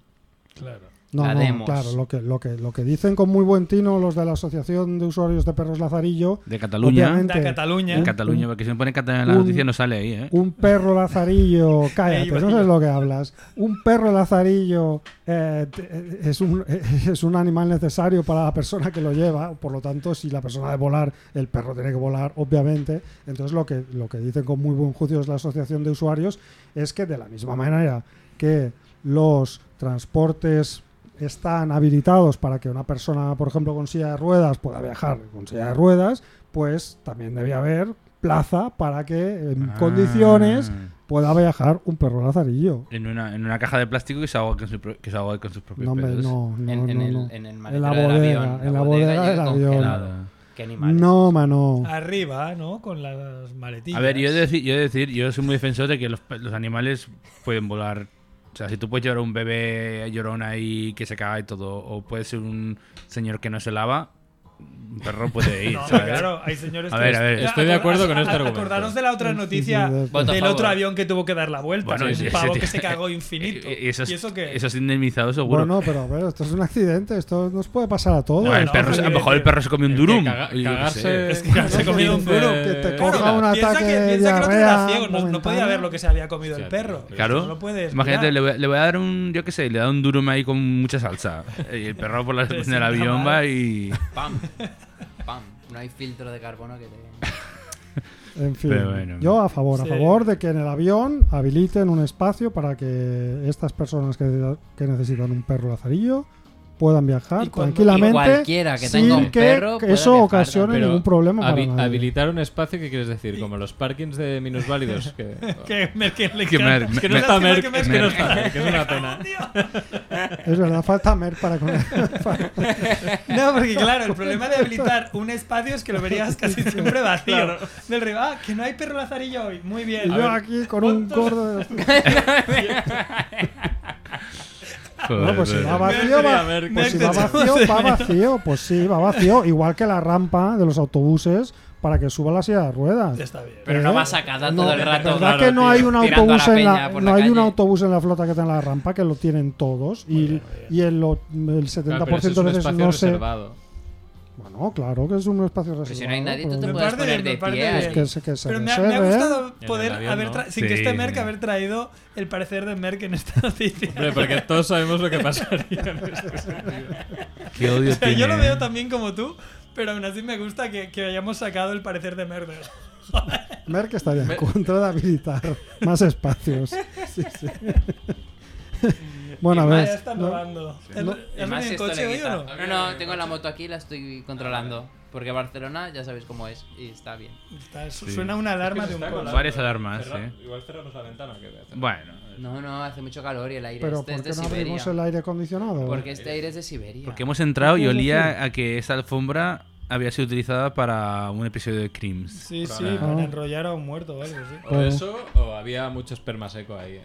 S4: Claro.
S1: No,
S5: La
S1: no,
S5: demos.
S1: claro, lo que, lo, que, lo que dicen con muy buen tino los de la Asociación de Usuarios de Perros Lazarillo,
S2: De Cataluña.
S1: Obviamente. ¿eh?
S4: Da Cataluña.
S2: En Cataluña, porque si me pone Cataluña en la
S1: un-
S2: noticia no sale ahí, ¿eh?
S1: un perro lazarillo,
S4: Ahí
S1: cállate,
S4: va,
S1: no
S4: ahí
S1: sé
S4: va.
S1: lo que hablas. Un perro lazarillo eh, t- eh, es, un, es un animal necesario para la persona que lo lleva, por lo tanto, si la persona ha de volar, el perro tiene que volar, obviamente. Entonces, lo que, lo que dicen con muy buen juicio es la asociación de usuarios es que, de la misma manera que los transportes están habilitados para que una persona, por ejemplo, con silla de ruedas pueda viajar con silla de ruedas, pues también debía haber plaza para que en
S2: Ah.
S1: condiciones pueda viajar un perro lazarillo.
S2: En una, en una caja de plástico que se ahogue con, su pro- que se ahogue con sus propios
S1: No, hombre,
S2: pedos.
S1: no, no,
S5: Pues en, en
S1: no,
S5: el,
S1: no.
S5: en el
S1: En la
S5: maletero del
S1: bodega,
S5: avión.
S1: en la bodega del
S5: llega
S1: avión.
S5: congelado.
S2: Nada.
S5: Qué animales. Ah,
S1: No, mano.
S4: Arriba, ¿no? Con las maletillas.
S2: A ver, yo he, de decir, yo he de decir, yo soy muy defensor de que los, pe- los animales pueden volar. O sea, si tú puedes llevar un bebé llorón ahí que se caga y todo, o puede ser un señor que no se lava, un perro puede ir.
S4: No,
S2: ¿sabes?
S4: claro, hay señores
S2: A
S4: que-
S2: ver, a ver.
S4: Ya,
S3: Estoy de
S4: acorda-
S3: acuerdo con
S4: a-
S3: este
S4: a-
S3: argumento.
S4: Acordaros de la otra
S1: Sí, sí,
S4: noticia
S1: sí, de-
S5: Vota a
S4: del
S5: favor.
S4: otro avión que tuvo que dar la vuelta.
S2: Bueno,
S4: o sea,
S2: ese-
S4: un pavo
S2: ese
S4: que
S2: tío-
S4: se cagó infinito.
S2: Eh, eh, eso, es,
S4: ¿Y eso qué?
S2: eso es indemnizado seguro.
S1: Bueno, pero a ver, esto es un accidente, esto nos puede pasar a todos.
S2: No, el
S4: bueno, eh,
S2: perro, se- a lo mejor el perro se come un
S3: Es que
S2: durum.
S3: caga-
S2: Yo qué
S3: cagarse-
S2: sé.
S3: Es que
S4: Claro, se
S3: Eso
S4: comió un
S3: dice-
S4: duro.
S1: Que te
S3: Claro,
S1: coja un
S4: piensa
S1: ataque
S4: que,
S1: de
S4: piensa que el otro
S1: diarrea
S4: era ciego, no, no podía
S1: momentánea.
S4: ver lo que se había comido el
S3: Hostia,
S4: perro.
S3: tío,
S2: Claro.
S4: No lo puedes.
S2: Imagínate,
S4: mirar.
S2: le voy, le voy a dar un, yo qué sé, le da un durum ahí con mucha salsa. Y el perro por la
S4: Pero
S2: en
S4: sin
S2: el avión
S4: acabar.
S2: va y...
S5: Pam. Pam. No hay filtro de carbono que te.
S1: En fin,
S2: Pero bueno.
S1: yo a favor, a
S4: Sí.
S1: favor de que en el avión habiliten un espacio para que estas personas que, que necesitan un perro lazarillo puedan viajar
S4: Y cuando-
S1: tranquilamente
S5: y cualquiera que tenga un
S1: sin que
S5: perro pueda
S1: eso
S5: viajar
S1: ocasione
S5: también.
S1: ningún problema para
S3: habi-
S1: nadie.
S3: habilitar un espacio, ¿qué quieres decir? Como los parkings de minusválidos. Que,
S4: Que Merkel le
S2: Que me-
S4: encanta.
S2: me-
S4: Que no
S2: me-
S4: está
S3: Merck,
S4: Merkel,
S3: es que no está Merck, es una pena.
S1: Es verdad, falta Mer para con-
S4: No, porque claro, el problema de habilitar un espacio es que lo verías casi siempre vacío. Del río, ah, que no hay perro lazarillo hoy. Muy
S1: Y
S4: bien.
S1: yo aquí con un gordo. de- No, pues si va vacío,
S4: Mercury, a
S1: va,
S4: ver, este
S1: pues si va
S4: Mercury,
S1: vacío, va
S4: ¿cómo se llama?
S1: vacío. Pues sí, va vacío. Igual que la rampa de los autobuses para que suba la silla de ruedas.
S4: Está bien.
S5: Pero
S1: ¿Eh?
S5: no vas a cagar
S1: No,
S5: todo el
S1: ¿verdad
S5: rato.
S1: que no hay un
S5: tirando a
S1: autobús
S5: la
S1: en
S5: peña
S1: la,
S5: por
S1: no
S5: la
S1: hay un
S5: calle?
S1: autobús en la flota que está en la rampa que lo tienen todos y, y el, lo- el 70%
S3: Claro, pero eso es un
S1: de veces
S3: espacio
S1: no se
S3: reservado.
S1: Bueno, claro que es un espacio reservado.
S5: Pero Pues si no hay nadie, tú te
S1: pero-
S4: Me
S5: puedes
S4: parece
S5: poner
S4: bien, me
S5: de
S4: parece
S5: pie.
S4: bien.
S5: ahí.
S1: que se, que se
S4: Pero me ha, me ha
S1: reserve.
S4: gustado
S3: el
S4: poder
S3: avión,
S4: haber
S3: ¿no?
S4: tra- sin que esté
S2: Sí.
S4: Merck haber traído el parecer de Merck en esta noticia.
S3: Hombre, porque todos sabemos lo que pasaría. en este sentido.
S2: Qué odio
S4: O sea, yo lo
S2: tiene.
S4: veo también como tú, pero aún así me gusta que, que hayamos sacado el parecer de Merck.
S1: Merck estaría en contra de habilitar más espacios. Sí, sí. Bueno, a
S4: Ya
S1: ver.
S4: están
S1: ¿no?
S4: robando. ¿Has
S1: No.
S4: venido en coche hoy o no?
S5: No, no, tengo la moto aquí, la estoy controlando. Porque Barcelona ya sabéis cómo es y está bien.
S4: Está- su-
S2: Sí.
S4: Suena una alarma de un
S2: colando.
S4: coche.
S2: Varias alarmas,
S3: Cerra-
S2: eh.
S3: Igual cerramos la ventana. ¿qué voy a hacer?
S2: Bueno,
S5: No, no, hace mucho calor y el aire
S1: Pero
S5: este
S1: ¿por
S5: es
S1: qué
S5: de
S1: no
S5: Siberia.
S1: abrimos el aire acondicionado?
S5: Porque este aire es de Siberia.
S2: porque hemos entrado y
S1: ¿Qué quieres
S2: olía a que esa alfombra había sido utilizada para un episodio de Crims.
S4: Sí, sí,
S2: Claro.
S4: para enrollar a un muerto o algo así.
S3: O
S1: Bueno.
S3: eso, o había mucho esperma seco ahí. eh.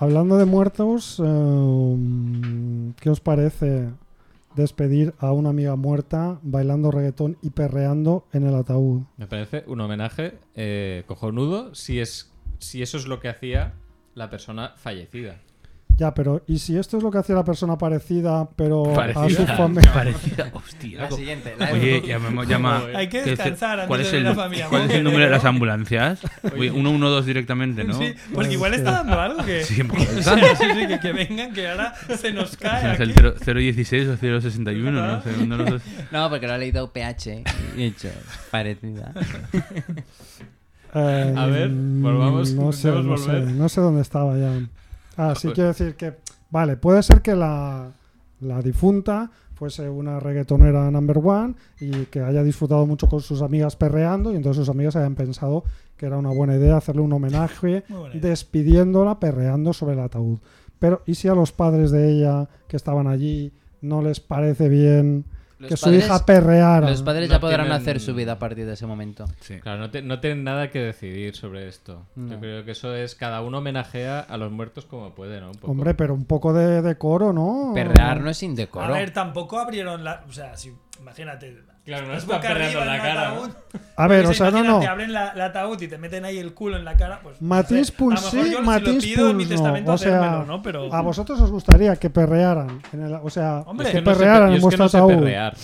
S1: Hablando de muertos, eh, ¿qué os parece despedir a una amiga muerta bailando reggaetón y perreando en el ataúd?
S3: Me parece un homenaje eh, cojonudo si, es, si eso es lo que hacía la persona fallecida.
S1: Ya, pero ¿y si esto es lo que hacía la persona parecida, pero a su
S2: Parecida.
S1: familia?
S2: Parecida, hostia.
S5: La
S2: co-
S5: siguiente, la
S2: Oye, llamemos, llama.
S4: Hay que
S2: ¿qué dice?
S4: descansar antes
S2: ¿Cuál
S4: de
S2: es
S4: ver
S2: el,
S4: la familia
S2: ¿cuál es el
S4: Monger,
S2: número de
S4: ¿no?
S2: las ambulancias? Oye, 112 directamente, ¿no?
S4: Sí,
S3: pues
S4: porque igual está dando algo que.
S2: Sí, porque
S4: Sí,
S2: está.
S4: sí, sí, que, que vengan, que ahora se nos cae.
S2: Es el
S4: Aquí.
S2: 0- 016 o 061, no sé. uno de los dos.
S5: No, porque lo ha leído PH y he hecho parecida.
S1: Eh,
S3: A ver, volvamos,
S1: No sé,
S3: intentemos
S1: no sé,
S3: volver.
S1: no sé dónde estaba ya. Ah, sí, quiero decir que. Vale, puede ser que la, la difunta fuese una reggaetonera number one y que haya disfrutado mucho con sus amigas perreando y entonces sus amigas hayan pensado que era una buena idea hacerle un homenaje
S4: Muy buena idea.
S1: despidiéndola perreando sobre el ataúd. Pero, ¿y si a los padres de ella que estaban allí no les parece bien
S5: Los
S1: que su
S5: padres-
S1: hija perreara?
S5: Los padres
S3: No
S5: ya podrán
S3: tienen-
S5: hacer su vida a partir de ese momento.
S2: Sí.
S3: Claro, no, te- no tienen nada que decidir sobre esto. Yo
S5: No.
S3: creo que eso es cada uno homenajea a los muertos como puede, ¿no? Un poco.
S1: Hombre, pero un poco de decoro, ¿no?
S5: Perrear no es indecoro.
S4: A ver, tampoco abrieron la. O sea, si, imagínate.
S3: Claro, no
S4: estás
S3: están
S4: boca
S3: perreando
S4: arriba
S3: la
S4: en un
S3: cara, ¿no?
S4: ataúd.
S1: A ver, o
S4: Yo qué sé,
S1: sea, no,
S4: imagínate,
S1: no.
S4: Abren la, el ataúd y te meten ahí el culo en la cara. Pues,
S1: Matiz
S4: no sé,
S1: pun
S4: a lo mejor
S1: sí,
S4: yo, si
S1: matiz
S4: lo pido en mi
S1: pun no.
S4: testamento
S1: O sea,
S4: hacérmelo, ¿no? Pero.
S1: ¿A vosotros os gustaría que perrearan? en el- o sea,
S4: Hombre,
S1: que
S4: es que no
S3: sé
S1: perrearan
S3: pe- yo
S1: en
S3: es que
S1: vuestro
S3: no sé
S1: ataúd.
S3: perrear.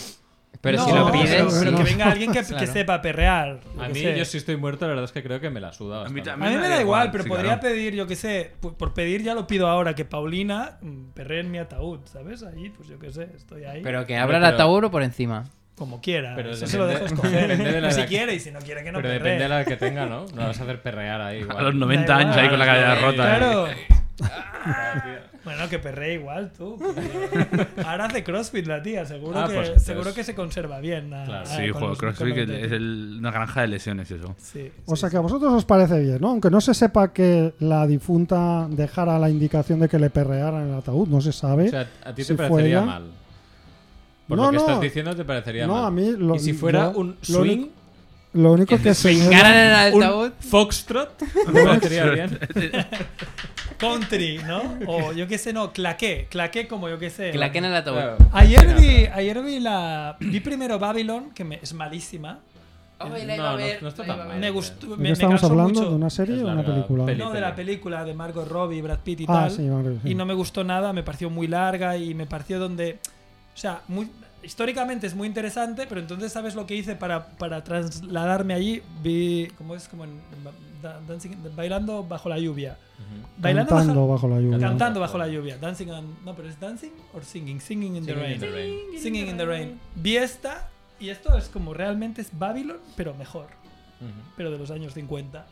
S5: Pero
S4: No,
S5: si lo
S1: pero-
S5: pides.
S4: Pero, pero
S1: no.
S4: que venga alguien que, que
S5: Claro.
S4: sepa perrear.
S3: A
S4: yo
S3: mí,
S4: qué sé.
S3: yo si estoy muerto, la verdad es que creo que me la suda bastante.
S2: mí
S4: A
S2: también.
S4: mí me da igual, pero
S2: sí,
S4: podría
S2: claro.
S4: pedir, yo qué sé, por, por pedir ya lo pido ahora, que Paulina mm, perree en mi ataúd, ¿sabes? Ahí, pues yo qué sé, estoy ahí.
S5: Pero que abra el
S3: pero-
S5: ataúd o por encima.
S4: como quiera,
S3: pero
S4: eso se lo dejo
S3: depende-
S4: escoger.
S3: depende de la
S4: si
S3: edad.
S4: quiere y si no quiere que no
S3: Pero
S4: perree.
S3: depende de la que tenga, ¿no? No vas a hacer perrear ahí.
S2: A
S3: igual.
S2: los 90
S4: Da
S2: años ahí con la
S4: igual.
S2: cadera rota. ¿eh?
S4: Claro.
S3: eh. Ah, tío.
S4: Bueno, que perree igual tú. pero- Ahora hace CrossFit la tía, seguro,
S3: Ah,
S4: que,
S3: pues, entonces-
S4: seguro que se conserva bien. a-
S3: Claro.
S4: a-
S2: Sí,
S4: con
S2: juego
S4: los-
S2: CrossFit que
S4: con lo que
S2: es
S4: te-
S2: el- una granja de lesiones eso.
S4: Sí,
S1: O
S4: sí,
S1: sea,
S4: sí.
S1: que a vosotros os parece bien, ¿no? Aunque no se sepa que la difunta dejara la indicación de que le perrearan en el ataúd, no se sabe.
S3: O sea, a ti
S1: Si
S3: te parecería
S1: fuera-
S3: mal. Por
S1: No,
S3: lo que
S1: no.
S3: estás diciendo, te parecería
S1: No,
S3: mal.
S1: a mí lo-
S3: y si fuera
S1: yo-
S3: un
S1: lo
S3: swing,
S1: único- Lo único que se...
S5: Pingaran en el ataúd.
S3: un foxtrot, me parecería bien.
S4: Country, ¿no? O yo qué sé, no, claqué. Claqué como yo qué sé.
S5: Claquen en el ataúd.
S3: Claro.
S4: Ayer vi, ayer vi la. Vi primero Babylon, que me- es malísima.
S5: Oye, la
S3: Eh, No,
S5: iba a
S3: no,
S5: ver,
S3: no está
S5: la iba
S3: tan
S5: a
S3: mal.
S5: ver.
S4: Me gustó.
S1: ¿De
S4: Me,
S1: qué
S4: me
S1: estamos
S4: causó
S1: hablando?
S4: mucho.
S1: ¿De una serie
S3: Es
S1: o de una
S3: larga,
S1: película?
S3: peli.
S4: No, de la película de Margot Robbie, Brad Pitt y
S1: Ah,
S4: tal.
S1: sí, Margot, sí.
S4: Y no me gustó nada, me pareció muy larga y me pareció donde. O sea, muy, históricamente es muy interesante, pero entonces, ¿sabes lo que hice para, para trasladarme allí? Vi. ¿Cómo es? Como en- en- da- dancing- bailando bajo la lluvia. Bailando
S1: Cantando bajo
S4: bajo,
S1: la lluvia.
S4: Cantando bajo la lluvia. Dancing on- No, pero es dancing o singing. Singing in the
S3: Singing
S4: rain.
S3: in the rain.
S4: Singing in the rain. Vi esta y esto es como realmente es Babylon, pero mejor.
S3: Ujú.
S4: Pero de los años 50.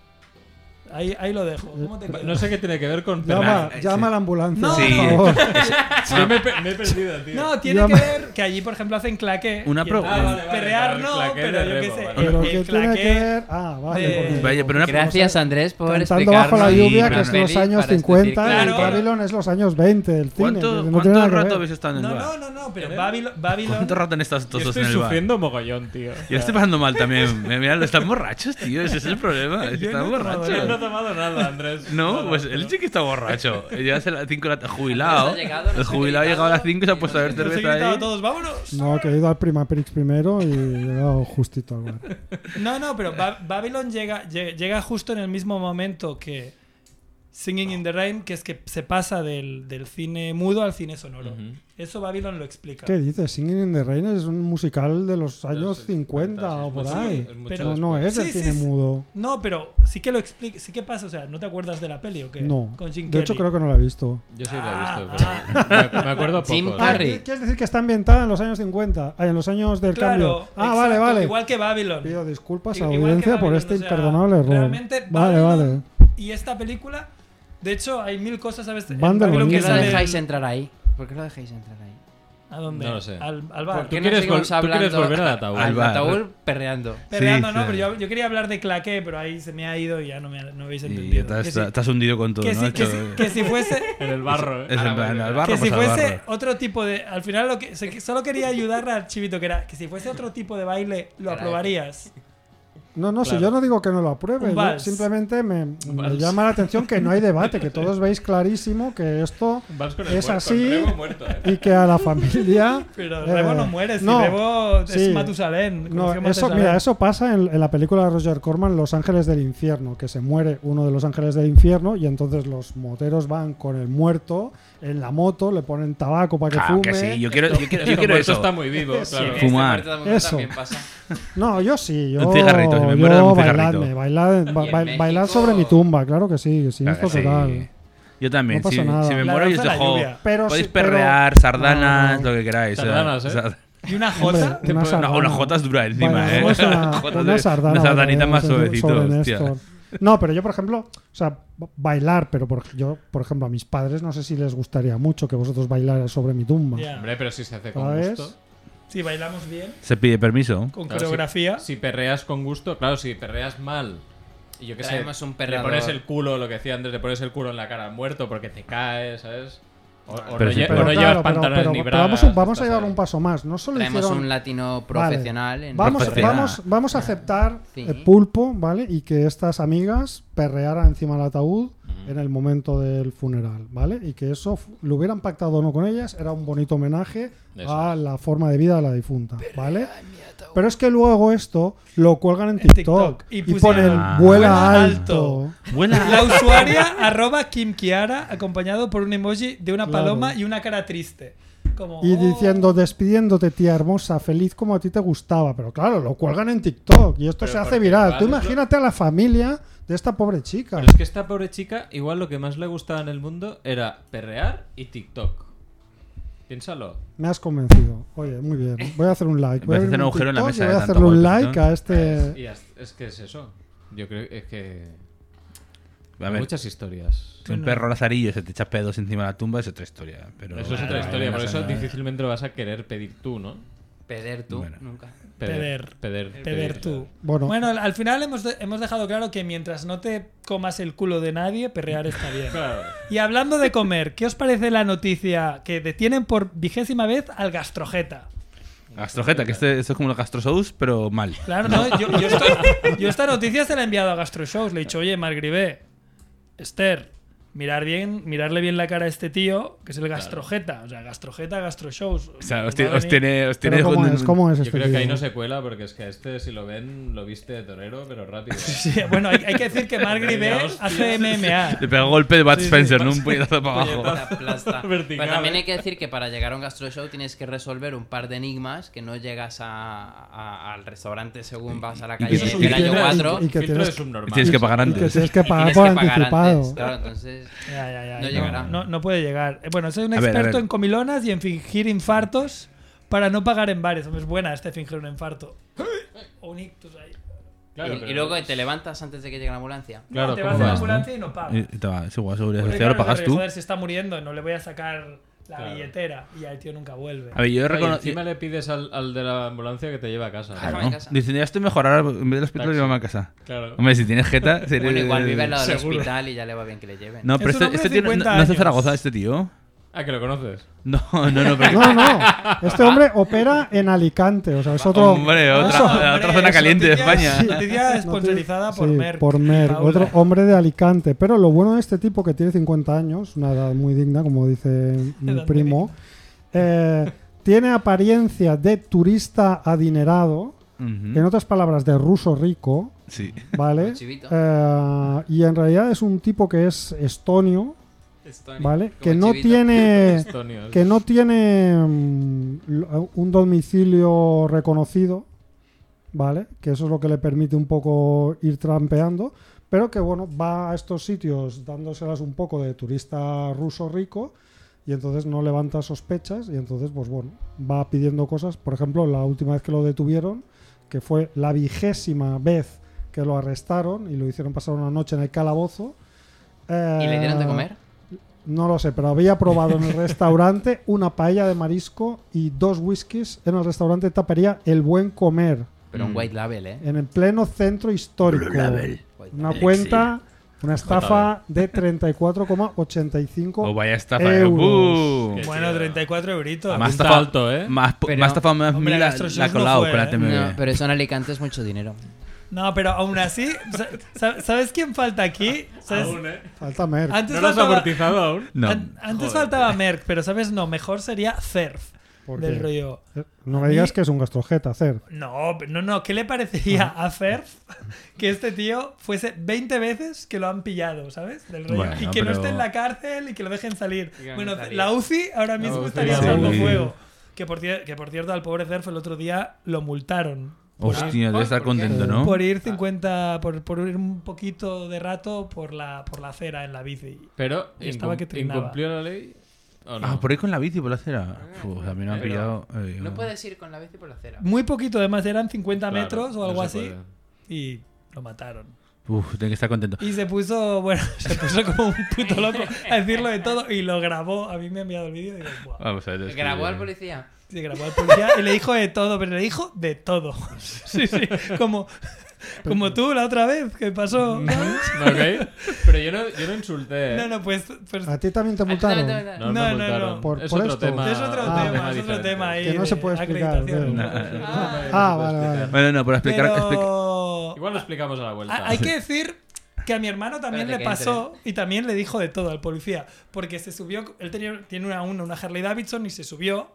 S4: Ahí, ahí lo dejo. ¿Cómo te quedas?
S3: No sé qué tiene que ver con
S1: Llama,
S3: perrear.
S1: llama a la ambulancia,
S4: No,
S1: por
S2: no.
S1: favor.
S3: Es que me, he pe- me he perdido, tío. Ah,
S4: No, tiene
S1: Llama-
S4: que ver que allí, por ejemplo, hacen claqué.
S2: Una
S4: y el-
S2: pro-
S4: ah, vale,
S3: vale,
S4: Perrear
S3: vale,
S4: no,
S3: claqué
S4: pero
S3: de
S4: yo qué
S3: rebo,
S4: sé.
S3: vale.
S1: Pero
S4: el-
S1: que
S4: el
S1: tiene que
S4: claqué-
S1: ver... Ah,
S4: de-
S1: vale. porque-
S2: Vaya, pero una
S5: Gracias, Andrés, por
S1: Cantando
S5: explicarnos.
S1: bajo la lluvia,
S5: una
S1: que es los
S5: peli
S1: años
S5: para este
S1: 50
S5: circo.
S1: y
S4: Claro.
S1: Babylon es los años 20, el cine.
S2: ¿Cuánto,
S1: que no tiene
S2: cuánto
S1: nada que ver.
S2: rato habéis estado en el
S4: No,
S2: bar?
S4: no, Eh, no, no, pero Babylon. Babylon
S2: ¿Cuánto rato han estado
S3: Yo
S2: todos
S3: estoy
S2: en el bar?
S3: sufriendo mogollón, tío.
S2: Yo estoy pasando mal también. Me- Mira, están borrachos, tío. Ese es el problema. es que
S4: Yo no
S2: Están
S4: he tomado
S3: Yo no he
S2: borrachos.
S3: tomado nada, Andrés.
S2: No,
S3: Nada,
S2: pues el
S3: pero-
S2: chico está borracho. Ya hace las 5 la jubilado.
S5: Ha llegado, nos
S2: El
S5: ha
S2: jubilado ha llegado a las
S5: gritado
S2: 5 y se ha puesto a ver
S4: Nos he
S2: cerveza
S4: gritado
S2: ahí.
S4: a todos, vámonos.
S1: No, que he ido al Primaprix primero y he llegado justito al bar.
S4: No, no, pero Ba- Babylon llega, lle- llega justo en el mismo momento que Singing in the Rain, que es que se pasa del, del cine mudo al cine sonoro.
S3: Ujú.
S4: Eso Babylon lo explica.
S1: ¿Qué dices? Singing in the Rain es un musical de los años 50
S3: sí,
S1: o
S3: es
S1: por
S3: mucho-
S1: ahí.
S3: es mucho
S1: Pero no es
S4: después.
S1: el
S4: Sí, sí,
S1: cine
S4: sí.
S1: mudo.
S4: No, pero sí que lo explica, sí que pasa, o sea, ¿no te acuerdas de la peli o qué?
S1: No.
S4: Con Jim
S1: De hecho,
S4: Carrey.
S1: creo que no lo he visto.
S3: Yo sí lo he visto,
S4: Ah,
S3: pero me- me acuerdo poco.
S5: Jim
S3: ¿no?
S5: Carrey.
S1: ¿qué- Ah, ¿Quieres decir que está ambientada en los años 50? Ah, en los años del
S4: Claro.
S1: cambio. Ah,
S4: exacto,
S1: vale, vale.
S4: Igual que Babylon.
S1: Pido disculpas a
S4: Igual
S1: la
S4: que
S1: audiencia por
S4: Babylon,
S1: este
S4: o sea,
S1: imperdonable error.
S4: Realmente
S1: Vale,
S4: Babylon
S1: vale.
S4: Y esta película De hecho, hay mil cosas, ¿sabes? En
S1: Banda
S5: ¿Por
S4: Babylon
S1: Bonita.
S5: qué
S4: que
S5: lo
S1: Sale
S5: dejáis
S4: el-
S5: entrar ahí? ¿Por qué lo dejáis entrar ahí?
S4: ¿A dónde?
S3: No lo sé.
S4: Al, al bar.
S5: ¿Por qué
S3: ¿Tú quieres
S5: seguimos
S3: vol- tú quieres
S5: hablando-
S3: volver al ataúd?
S5: Al
S2: Al bar.
S5: ataúd perreando.
S4: Perreando,
S2: Sí,
S4: ¿no?
S2: sí.
S4: Pero yo, yo quería hablar de claqué, pero ahí se me ha ido y ya no me no habéis
S2: Y
S4: entendido.
S2: ya te has,
S4: Que si-
S2: te has hundido con todo,
S4: que
S2: ¿no?
S4: si-
S2: Has
S4: que
S2: hecho-
S4: si- que si fuese...
S3: En el barro, ¿eh? Ah,
S2: Es en plan, al barro
S4: que si
S2: pues al
S4: fuese
S2: barro.
S4: otro tipo de al final lo que se- que solo quería ayudar al chivito que era que si fuese otro tipo de baile lo
S5: Caray.
S4: aprobarías
S1: No, no, si
S3: Claro.
S1: yo no digo que no lo
S4: Un
S1: apruebe, yo
S4: vals.
S1: simplemente me, me
S3: vals.
S1: llama la atención que no hay debate, que todos veis clarísimo que esto
S3: Vas con el
S1: es
S3: muerto,
S1: así
S3: el remo muerto, ¿eh?
S1: y que a la familia...
S4: pero
S1: eh,
S4: Rebo no muere si Rebo es
S1: sí.
S4: Matusalén
S1: No,
S4: conoció
S1: eso,
S4: Matusalén.
S1: mira, eso pasa en, en la película de Roger Corman, Los Ángeles del Infierno, que se muere uno de los ángeles del infierno y entonces los moteros van con el muerto en la moto, le ponen tabaco para que
S2: Claro
S1: fume.
S2: que sí, yo quiero, yo quiero, yo
S3: Esto
S2: quiero
S3: muerto
S2: eso.
S3: está muy vivo, claro.
S2: Sí. Fumar.
S5: Este muerto
S1: Eso.
S5: también pasa.
S1: No, yo sí, yo.
S2: Un cigarrito, si me
S1: yo
S2: muero, un
S1: bailadme,
S2: cigarrito.
S1: bailad, ba-
S5: Y en
S1: ba-
S5: México-
S1: bailad sobre mi tumba, claro que sí, sin
S2: Claro que sí.
S1: total.
S2: Yo también,
S1: No pasa
S2: si, si
S1: nada.
S2: me
S4: La
S2: muero,
S4: danza
S2: yo os
S4: de la
S2: dejo.
S4: lluvia.
S1: Pero
S2: Podéis
S1: sí, pero-
S2: perrear, sardanas,
S1: No, no, no.
S2: lo que queráis. o sea,
S3: Sardanas, ¿eh?
S2: o sea,
S4: y una
S1: Hombre,
S4: jota
S1: una
S2: Pues una-
S1: sardana.
S2: una jota es dura encima,
S1: Vale,
S2: ¿eh?
S1: vamos a Una,
S2: Jota
S1: una
S2: de-
S1: sardana
S2: una sardanita
S1: para
S2: más
S1: sobre-
S2: suavecito,
S1: sobre
S2: hostia.
S1: Néstor. No, pero yo, por ejemplo, o sea, ba- bailar, pero por, yo, por ejemplo, a mis padres no sé si les gustaría mucho que vosotros bailaras sobre mi tumba.
S4: Ya.
S3: Hombre, pero si se hace con
S1: ¿Sabes?
S3: gusto.
S4: si bailamos bien
S2: Se pide permiso.
S4: con
S3: Claro,
S4: coreografía
S3: Si perreas con gusto, claro, si perreas mal. Y yo qué sé,
S5: Traemos un
S3: le
S5: perreador.
S3: pones el culo, lo que decía antes, le pones el culo en la cara al muerto porque te caes, ¿sabes? O, o
S2: Pero
S3: no,
S2: sí,
S3: lle-
S2: pero
S3: o no
S1: claro,
S3: llevas pantalones
S1: pero-
S3: ni
S1: pero
S3: bragas.
S1: vamos, a- vamos a
S3: estás
S1: llevar
S3: ahí.
S1: un paso más. No solo
S5: Traemos
S1: hicieron
S5: un latino
S1: Vale.
S5: profesional. en
S1: Vamos,
S5: profesional.
S1: vamos, vamos a aceptar
S5: Sí.
S1: el pulpo, ¿vale? Y que estas amigas perrearan encima del ataúd en el momento del funeral, ¿vale? Y que eso fu- lo hubieran pactado o no con ellas, era un bonito homenaje
S3: Eso
S1: a la forma de vida de la difunta, ¿vale? Pero es que luego esto lo cuelgan en
S4: En
S1: TikTok,
S4: TikTok.
S1: y,
S4: Y
S1: ponen
S4: pusieron,
S2: Ah.
S1: vuela
S4: "Vuela
S1: alto.
S4: alto".
S2: Buena.
S4: la usuaria arroba Kim Kiara acompañado por un emoji de una
S1: Claro.
S4: paloma y una cara triste como
S1: Y
S4: "Oh".
S1: diciendo, despidiéndote, tía hermosa, feliz como a ti te gustaba. Pero claro, lo cuelgan en TikTok y esto
S3: Pero
S1: se hace
S3: porque
S1: viral.
S3: igual
S1: Tú
S3: es lo-
S1: imagínate a la familia de esta pobre chica.
S3: Pero es que esta pobre chica, igual lo que más le gustaba en el mundo era perrear y TikTok. Piénsalo.
S1: Me has convencido. Oye, muy bien. Voy a hacer un like. Voy
S2: Parece
S1: abrir
S2: un
S1: un
S2: agujero en la
S1: TikTok y
S2: mesa
S1: Voy
S2: de
S1: a
S2: tanta
S1: hacerle un
S2: vuelta,
S1: like
S2: ¿no?
S1: a
S3: Es,
S1: este.
S3: y es, es que es eso. Yo creo es que.
S2: A
S3: hay
S2: ver,
S3: muchas historias.
S2: si un perro lazarillo se te echa pedos encima de la tumba es otra historia. Pero
S3: eso es
S2: Vale,
S3: otra
S2: vale,
S3: historia,
S2: no
S3: por
S2: pasa
S3: eso
S2: nada.
S3: difícilmente lo vas a querer pedir tú, ¿no?
S5: Peder tú,
S2: Bueno.
S5: nunca.
S4: Peder.
S3: Peder.
S4: Peder "Oh, tú.
S1: Bueno.
S4: Bueno, al- al final hemos, de- hemos dejado claro que mientras no te comas el culo de nadie, perrear está bien.
S3: Claro.
S4: Y hablando de comer, ¿qué os parece la noticia que detienen por vigésima vez al gastrojeta?
S2: Gastrojeta, que este, esto es como el gastrosous, pero mal.
S4: Claro, no, yo, yo esto- yo esta noticia se la he enviado a Gastroshows. Le he dicho, oye, Margribé, Esther, mirar bien, mirarle bien la cara a este tío, que es el gastrojeta. O sea, gastrojeta, Gastroshows.
S2: O sea, os,
S4: Va
S2: ti-
S4: a venir-
S2: os tiene. Os tiene
S1: Pero ¿cómo es? ¿Cómo es
S3: Yo
S1: este
S3: creo que ahí
S1: tío?
S3: no se cuela porque es que a este, si lo ven, lo viste de torero, pero rápido.
S4: Sí, bueno, hay, hay que decir que Margribé
S3: Venga, hostias.
S4: hace MMA.
S2: Le pega un golpe de Bud
S4: Sí, sí,
S2: Spencer, ¿no? Un puñetazo para abajo.
S5: Te aplasta.
S3: Vertical,
S5: Pero también
S3: ¿eh?
S5: hay que decir que para llegar a un gastro show tienes que resolver un par de enigmas que no llegas a, a- al restaurante según vas a la
S2: que
S5: calle
S2: eso es un
S5: del año
S1: filtro-
S5: 4.
S1: y- y- que
S3: Filtro
S1: tienes-
S3: de subnormal.
S2: Tienes que pagar
S1: Y que
S2: antes.
S1: tienes que pagar
S5: tienes
S1: por
S5: que pagar
S1: anticipado.
S5: antes, claro, entonces
S4: Ya, ya, ya,
S5: No
S4: ya.
S5: llegará.
S4: No, no puede llegar. Eh, Bueno, soy un
S2: A ver, a
S4: experto
S2: ver.
S4: en comilonas y en fingir infartos para no pagar en bares. Hombre, es buena este fingir un infarto. O un ictus ahí.
S3: Claro,
S5: y,
S3: pero-
S5: y luego te levantas antes de que llegue la ambulancia.
S3: Claro,
S4: te
S3: ¿cómo
S4: vas a la
S3: vas, no?
S4: ambulancia y no pagas.
S2: Y te va, es igual, seguridad
S4: Porque,
S2: social, lo
S4: claro,
S2: pagas
S4: porque,
S2: tú.
S4: Joder, se está muriendo, no le voy a sacar la
S3: Claro.
S4: billetera. Y el tío nunca vuelve.
S2: A ver, yo he
S3: Oye,
S2: reconocido.
S3: encima le pides al, al de la ambulancia que te lleva a casa.
S5: Claro.
S2: Claro.
S5: Déjame en casa.
S2: Dicen, ya estoy mejor, ahora en vez del hospital,
S3: Taxi.
S2: llévame a casa.
S3: Claro.
S2: Hombre, si tienes jeta. sería-
S5: Bueno, igual vive al lado del
S4: Seguro.
S5: hospital y ya le va bien que le lleven.
S2: No, pero
S4: Es un
S2: este,
S4: hombre
S2: este
S4: de
S2: tío no,
S4: 50
S2: no es de
S4: años.
S2: Zaragoza, este tío.
S3: Ah, que lo conoces.
S2: No, no, no, pero.
S1: No, no. Este hombre opera en Alicante. O sea, es otro.
S2: Ah, Hombre, otra,
S4: Eso,
S2: otra
S4: hombre,
S2: zona
S4: es
S2: caliente de
S4: noticia-
S2: España.
S4: sí, Noticia sponsorizada por
S1: Sí,
S4: Merck.
S1: por
S4: y
S1: Merck,
S4: Paula.
S1: otro hombre de Alicante. Pero lo bueno de este tipo que tiene 50 años, una edad muy digna, como dice mi
S4: muy
S1: primo, eh, tiene apariencia de turista adinerado,
S2: Ujú,
S1: en otras palabras, de ruso rico,
S2: Sí.
S1: ¿vale?
S5: Chivito.
S1: Eh, y en realidad es un tipo que es estonio, ¿vale?
S5: Como
S1: Que no
S5: chivito.
S1: tiene
S3: Estonios.
S1: que no tiene mm, lo- un domicilio reconocido, ¿vale? Que eso es lo que le permite un poco ir trampeando, pero que bueno, va a estos sitios dándoselas un poco de turista ruso rico y entonces no levanta sospechas y entonces pues bueno, va pidiendo cosas, por ejemplo, la última vez que lo detuvieron, que fue la vigésima vez que lo arrestaron y lo hicieron pasar una noche en el calabozo,
S5: ¿Y le dieron de
S1: Eh,
S5: comer?
S1: No lo sé, pero había probado en el restaurante una paella de marisco y dos whiskies en el restaurante Tapería El Buen Comer,
S5: Pero un
S2: Mm.
S5: white label, ¿eh?
S1: en el pleno centro histórico.
S5: White
S1: Una
S5: label.
S1: cuenta, una estafa de 34,85
S2: O vaya estafa. eh,
S1: Euros.
S2: ¡buh!
S3: Qué
S4: Bueno,
S3: tío.
S4: 34 euritos.
S2: Más
S3: Apunta
S2: estafa-
S3: alto, ¿eh?
S2: Más,
S5: Pero-
S2: más estafa más
S4: Hombre, la
S2: la,
S4: Gastro Shows
S2: la
S4: no
S2: colado
S4: fue,
S2: con la
S4: ¿eh?
S2: TMB.
S5: No, pero eso en Alicante es mucho dinero.
S4: No, pero aún así, sa- sa- ¿sabes quién falta aquí? ¿Sabes?
S3: Aún, ¿eh?
S1: Falta mer.
S4: Antes
S3: ¿No lo has
S4: faltaba,
S3: amortizado aún?
S2: No.
S4: an- antes faltaba Merck, pero ¿sabes? No, mejor sería Cerf.
S1: ¿Por
S4: Del
S1: qué?
S4: rollo.
S1: Eh, No me digas que es un gastrojeta hacer.
S4: No, pero- no, no. ¿Qué le parecería a Cerf que este tío fuese 20 veces que lo han pillado, ¿sabes? Del rollo.
S2: Bueno,
S4: y que no
S2: pero-
S4: esté en la cárcel y que lo dejen salir.
S5: que
S4: Bueno,
S5: salga.
S4: la UCI ahora mismo
S3: UCI
S4: estaría
S3: sí.
S4: hablando
S2: Sí.
S4: fuego. Que por, cier- que por cierto, al pobre Cerf el otro día lo multaron.
S2: Hostia, debe estar contento, ¿no?
S4: Por ir 50, por, por ir un poquito de rato por la, por la acera en la bici.
S3: Pero
S4: Y estaba
S3: incum-
S4: que trinaba.
S3: incumplió la ley. ¿O no?
S2: Ah, por ahí con la bici por la acera. Uf, a mí me han
S5: Pero-
S2: pillado. eh,
S5: No puedes ir con la bici por la acera.
S4: Muy poquito, además eran 50
S3: Claro,
S4: metros o
S3: no
S4: algo
S3: se
S4: así.
S3: puede.
S4: Y lo mataron.
S2: Uf, tiene que estar contento.
S4: Y se puso, bueno, se puso como un puto loco a decirlo de todo y lo grabó. A mí me ha enviado el vídeo y digo,
S3: Ah.
S4: "Buah".
S2: Vamos a ver. es que-
S5: Grabó al policía.
S4: Se grabó al policía y le dijo de todo, pero le dijo de todo. Sí, sí, como, como tú la otra vez que pasó. ¿no?
S3: Ok. Pero yo no, yo no insulté. ¿eh?
S4: No, no, pues, pues
S1: A ti también te
S5: Ah,
S1: multaron.
S3: No, no,
S4: no, no,
S3: multaron.
S4: no.
S1: Por-
S3: es
S1: por
S3: otro
S1: esto.
S3: tema.
S4: es otro
S1: Ah,
S4: tema, es otro
S3: diferente.
S4: tema ahí.
S1: Que no se
S4: de
S1: puede explicar,
S4: acreditación.
S1: veo.
S4: Ah,
S1: Ah, vale, vale.
S2: Bueno, no, pero explicar. explica-
S4: Pero...
S3: Igual lo explicamos a la vuelta.
S4: Ah, Hay que decir que a mi hermano también
S5: Espérate
S4: le
S5: que
S4: pasó y también le dijo de todo al policía. Porque se subió, él tenía, tiene una, una, una Harley Davidson y se subió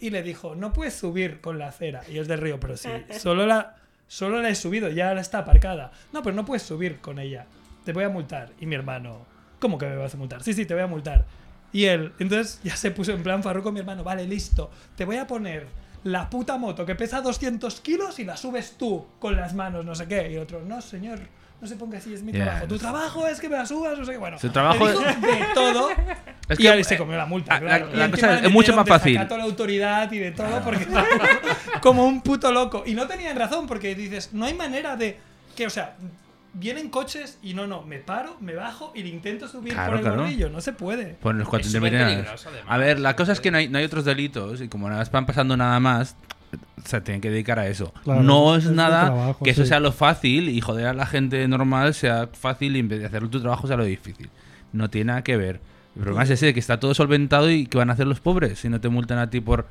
S4: y le dijo, no puedes subir con la acera. Y es del río, pero sí, solo la, solo la he subido, ya la está aparcada. No, pero no puedes subir con ella. Te voy a multar. Y mi hermano, ¿cómo que me vas a multar? Sí, sí, te voy a multar. Y él, entonces ya se puso en plan farruco mi hermano, vale, listo, te voy a poner la puta moto que pesa 200 kilos y la subes tú con las manos, no sé qué. Y el otro, no, señor, no se ponga así, es mi
S2: Ya,
S4: trabajo. Tu
S2: no sé.
S4: trabajo es que me la subas, no sé qué. Bueno,
S2: Su trabajo
S4: le dijo
S2: es-
S4: de todo.
S2: Es
S4: y
S2: que,
S4: ahí se
S2: eh,
S4: comió la multa.
S2: la-
S4: claro. Y
S2: la cosa
S4: encima
S2: es-
S4: le
S2: es mucho
S4: metieron
S2: más fácil.
S4: desacato a la autoridad y de todo, porque como un puto loco. Y no tenían razón, porque dices, no hay manera de. Que, o sea, vienen coches y no, no, me paro, me bajo y le intento subir
S2: Claro,
S4: por el
S2: claro.
S4: bordillo. No se puede.
S2: Por los cuatro
S5: Es súper
S2: intermitentes.
S5: peligroso, además.
S2: A ver, la cosa es que no hay, no hay otros delitos y como nada están pasando nada más, se tienen que dedicar a eso.
S1: Claro,
S2: no es,
S1: es un
S2: nada
S1: trabajo,
S2: que eso
S1: sí.
S2: sea lo fácil y joder a la gente normal sea fácil y en vez de hacer tu trabajo sea lo difícil. No tiene nada que ver. El problema es ese, que está todo solventado y que van a hacer los pobres si no te multan a ti por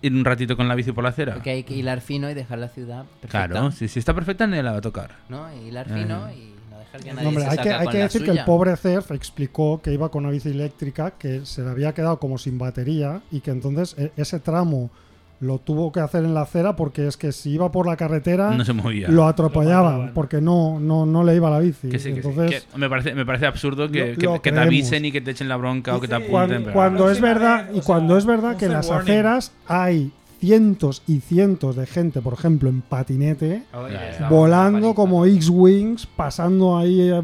S2: ir un ratito con la bici por la acera.
S5: Porque hay que hilar fino y dejar la ciudad perfecta.
S2: Claro, si, si está perfecta nadie la va a tocar.
S5: ¿no? Y hilar fino y no dejar que nadie
S1: No, hombre,
S5: se
S1: hay
S5: salga
S1: que, hay
S5: con
S1: que
S5: la
S1: decir que
S5: suya.
S1: el pobre Cerf explicó que iba con una bici eléctrica que se le había quedado como sin batería y que entonces e- ese tramo lo tuvo que hacer en la acera porque es que si iba por la carretera
S2: No se movía.
S1: Ah, lo
S4: Lo
S1: atropellaban
S4: mataban.
S1: porque no, no, no le iba la bici.
S2: Que sí, que sí.
S1: entonces,
S2: Que me, parece, me parece absurdo que,
S1: Lo-
S2: que-
S1: lo
S2: que te
S1: creemos.
S2: avisen y que te echen la bronca o que te
S4: Sí, sí.
S2: apunten.
S1: cuan-
S2: pero-
S1: cuando,
S4: la
S1: es
S4: próxima
S1: verdad
S4: vez,
S1: y
S4: o
S1: cuando
S4: sea,
S1: es verdad
S4: un
S1: que en
S4: fair
S1: las
S4: warning.
S1: aceras hay cientos y cientos de gente, por ejemplo, en patinete,
S5: Oye,
S2: Ya, ya.
S5: estaba
S1: volando
S5: paliza.
S1: como X-Wings, pasando ahí, eh,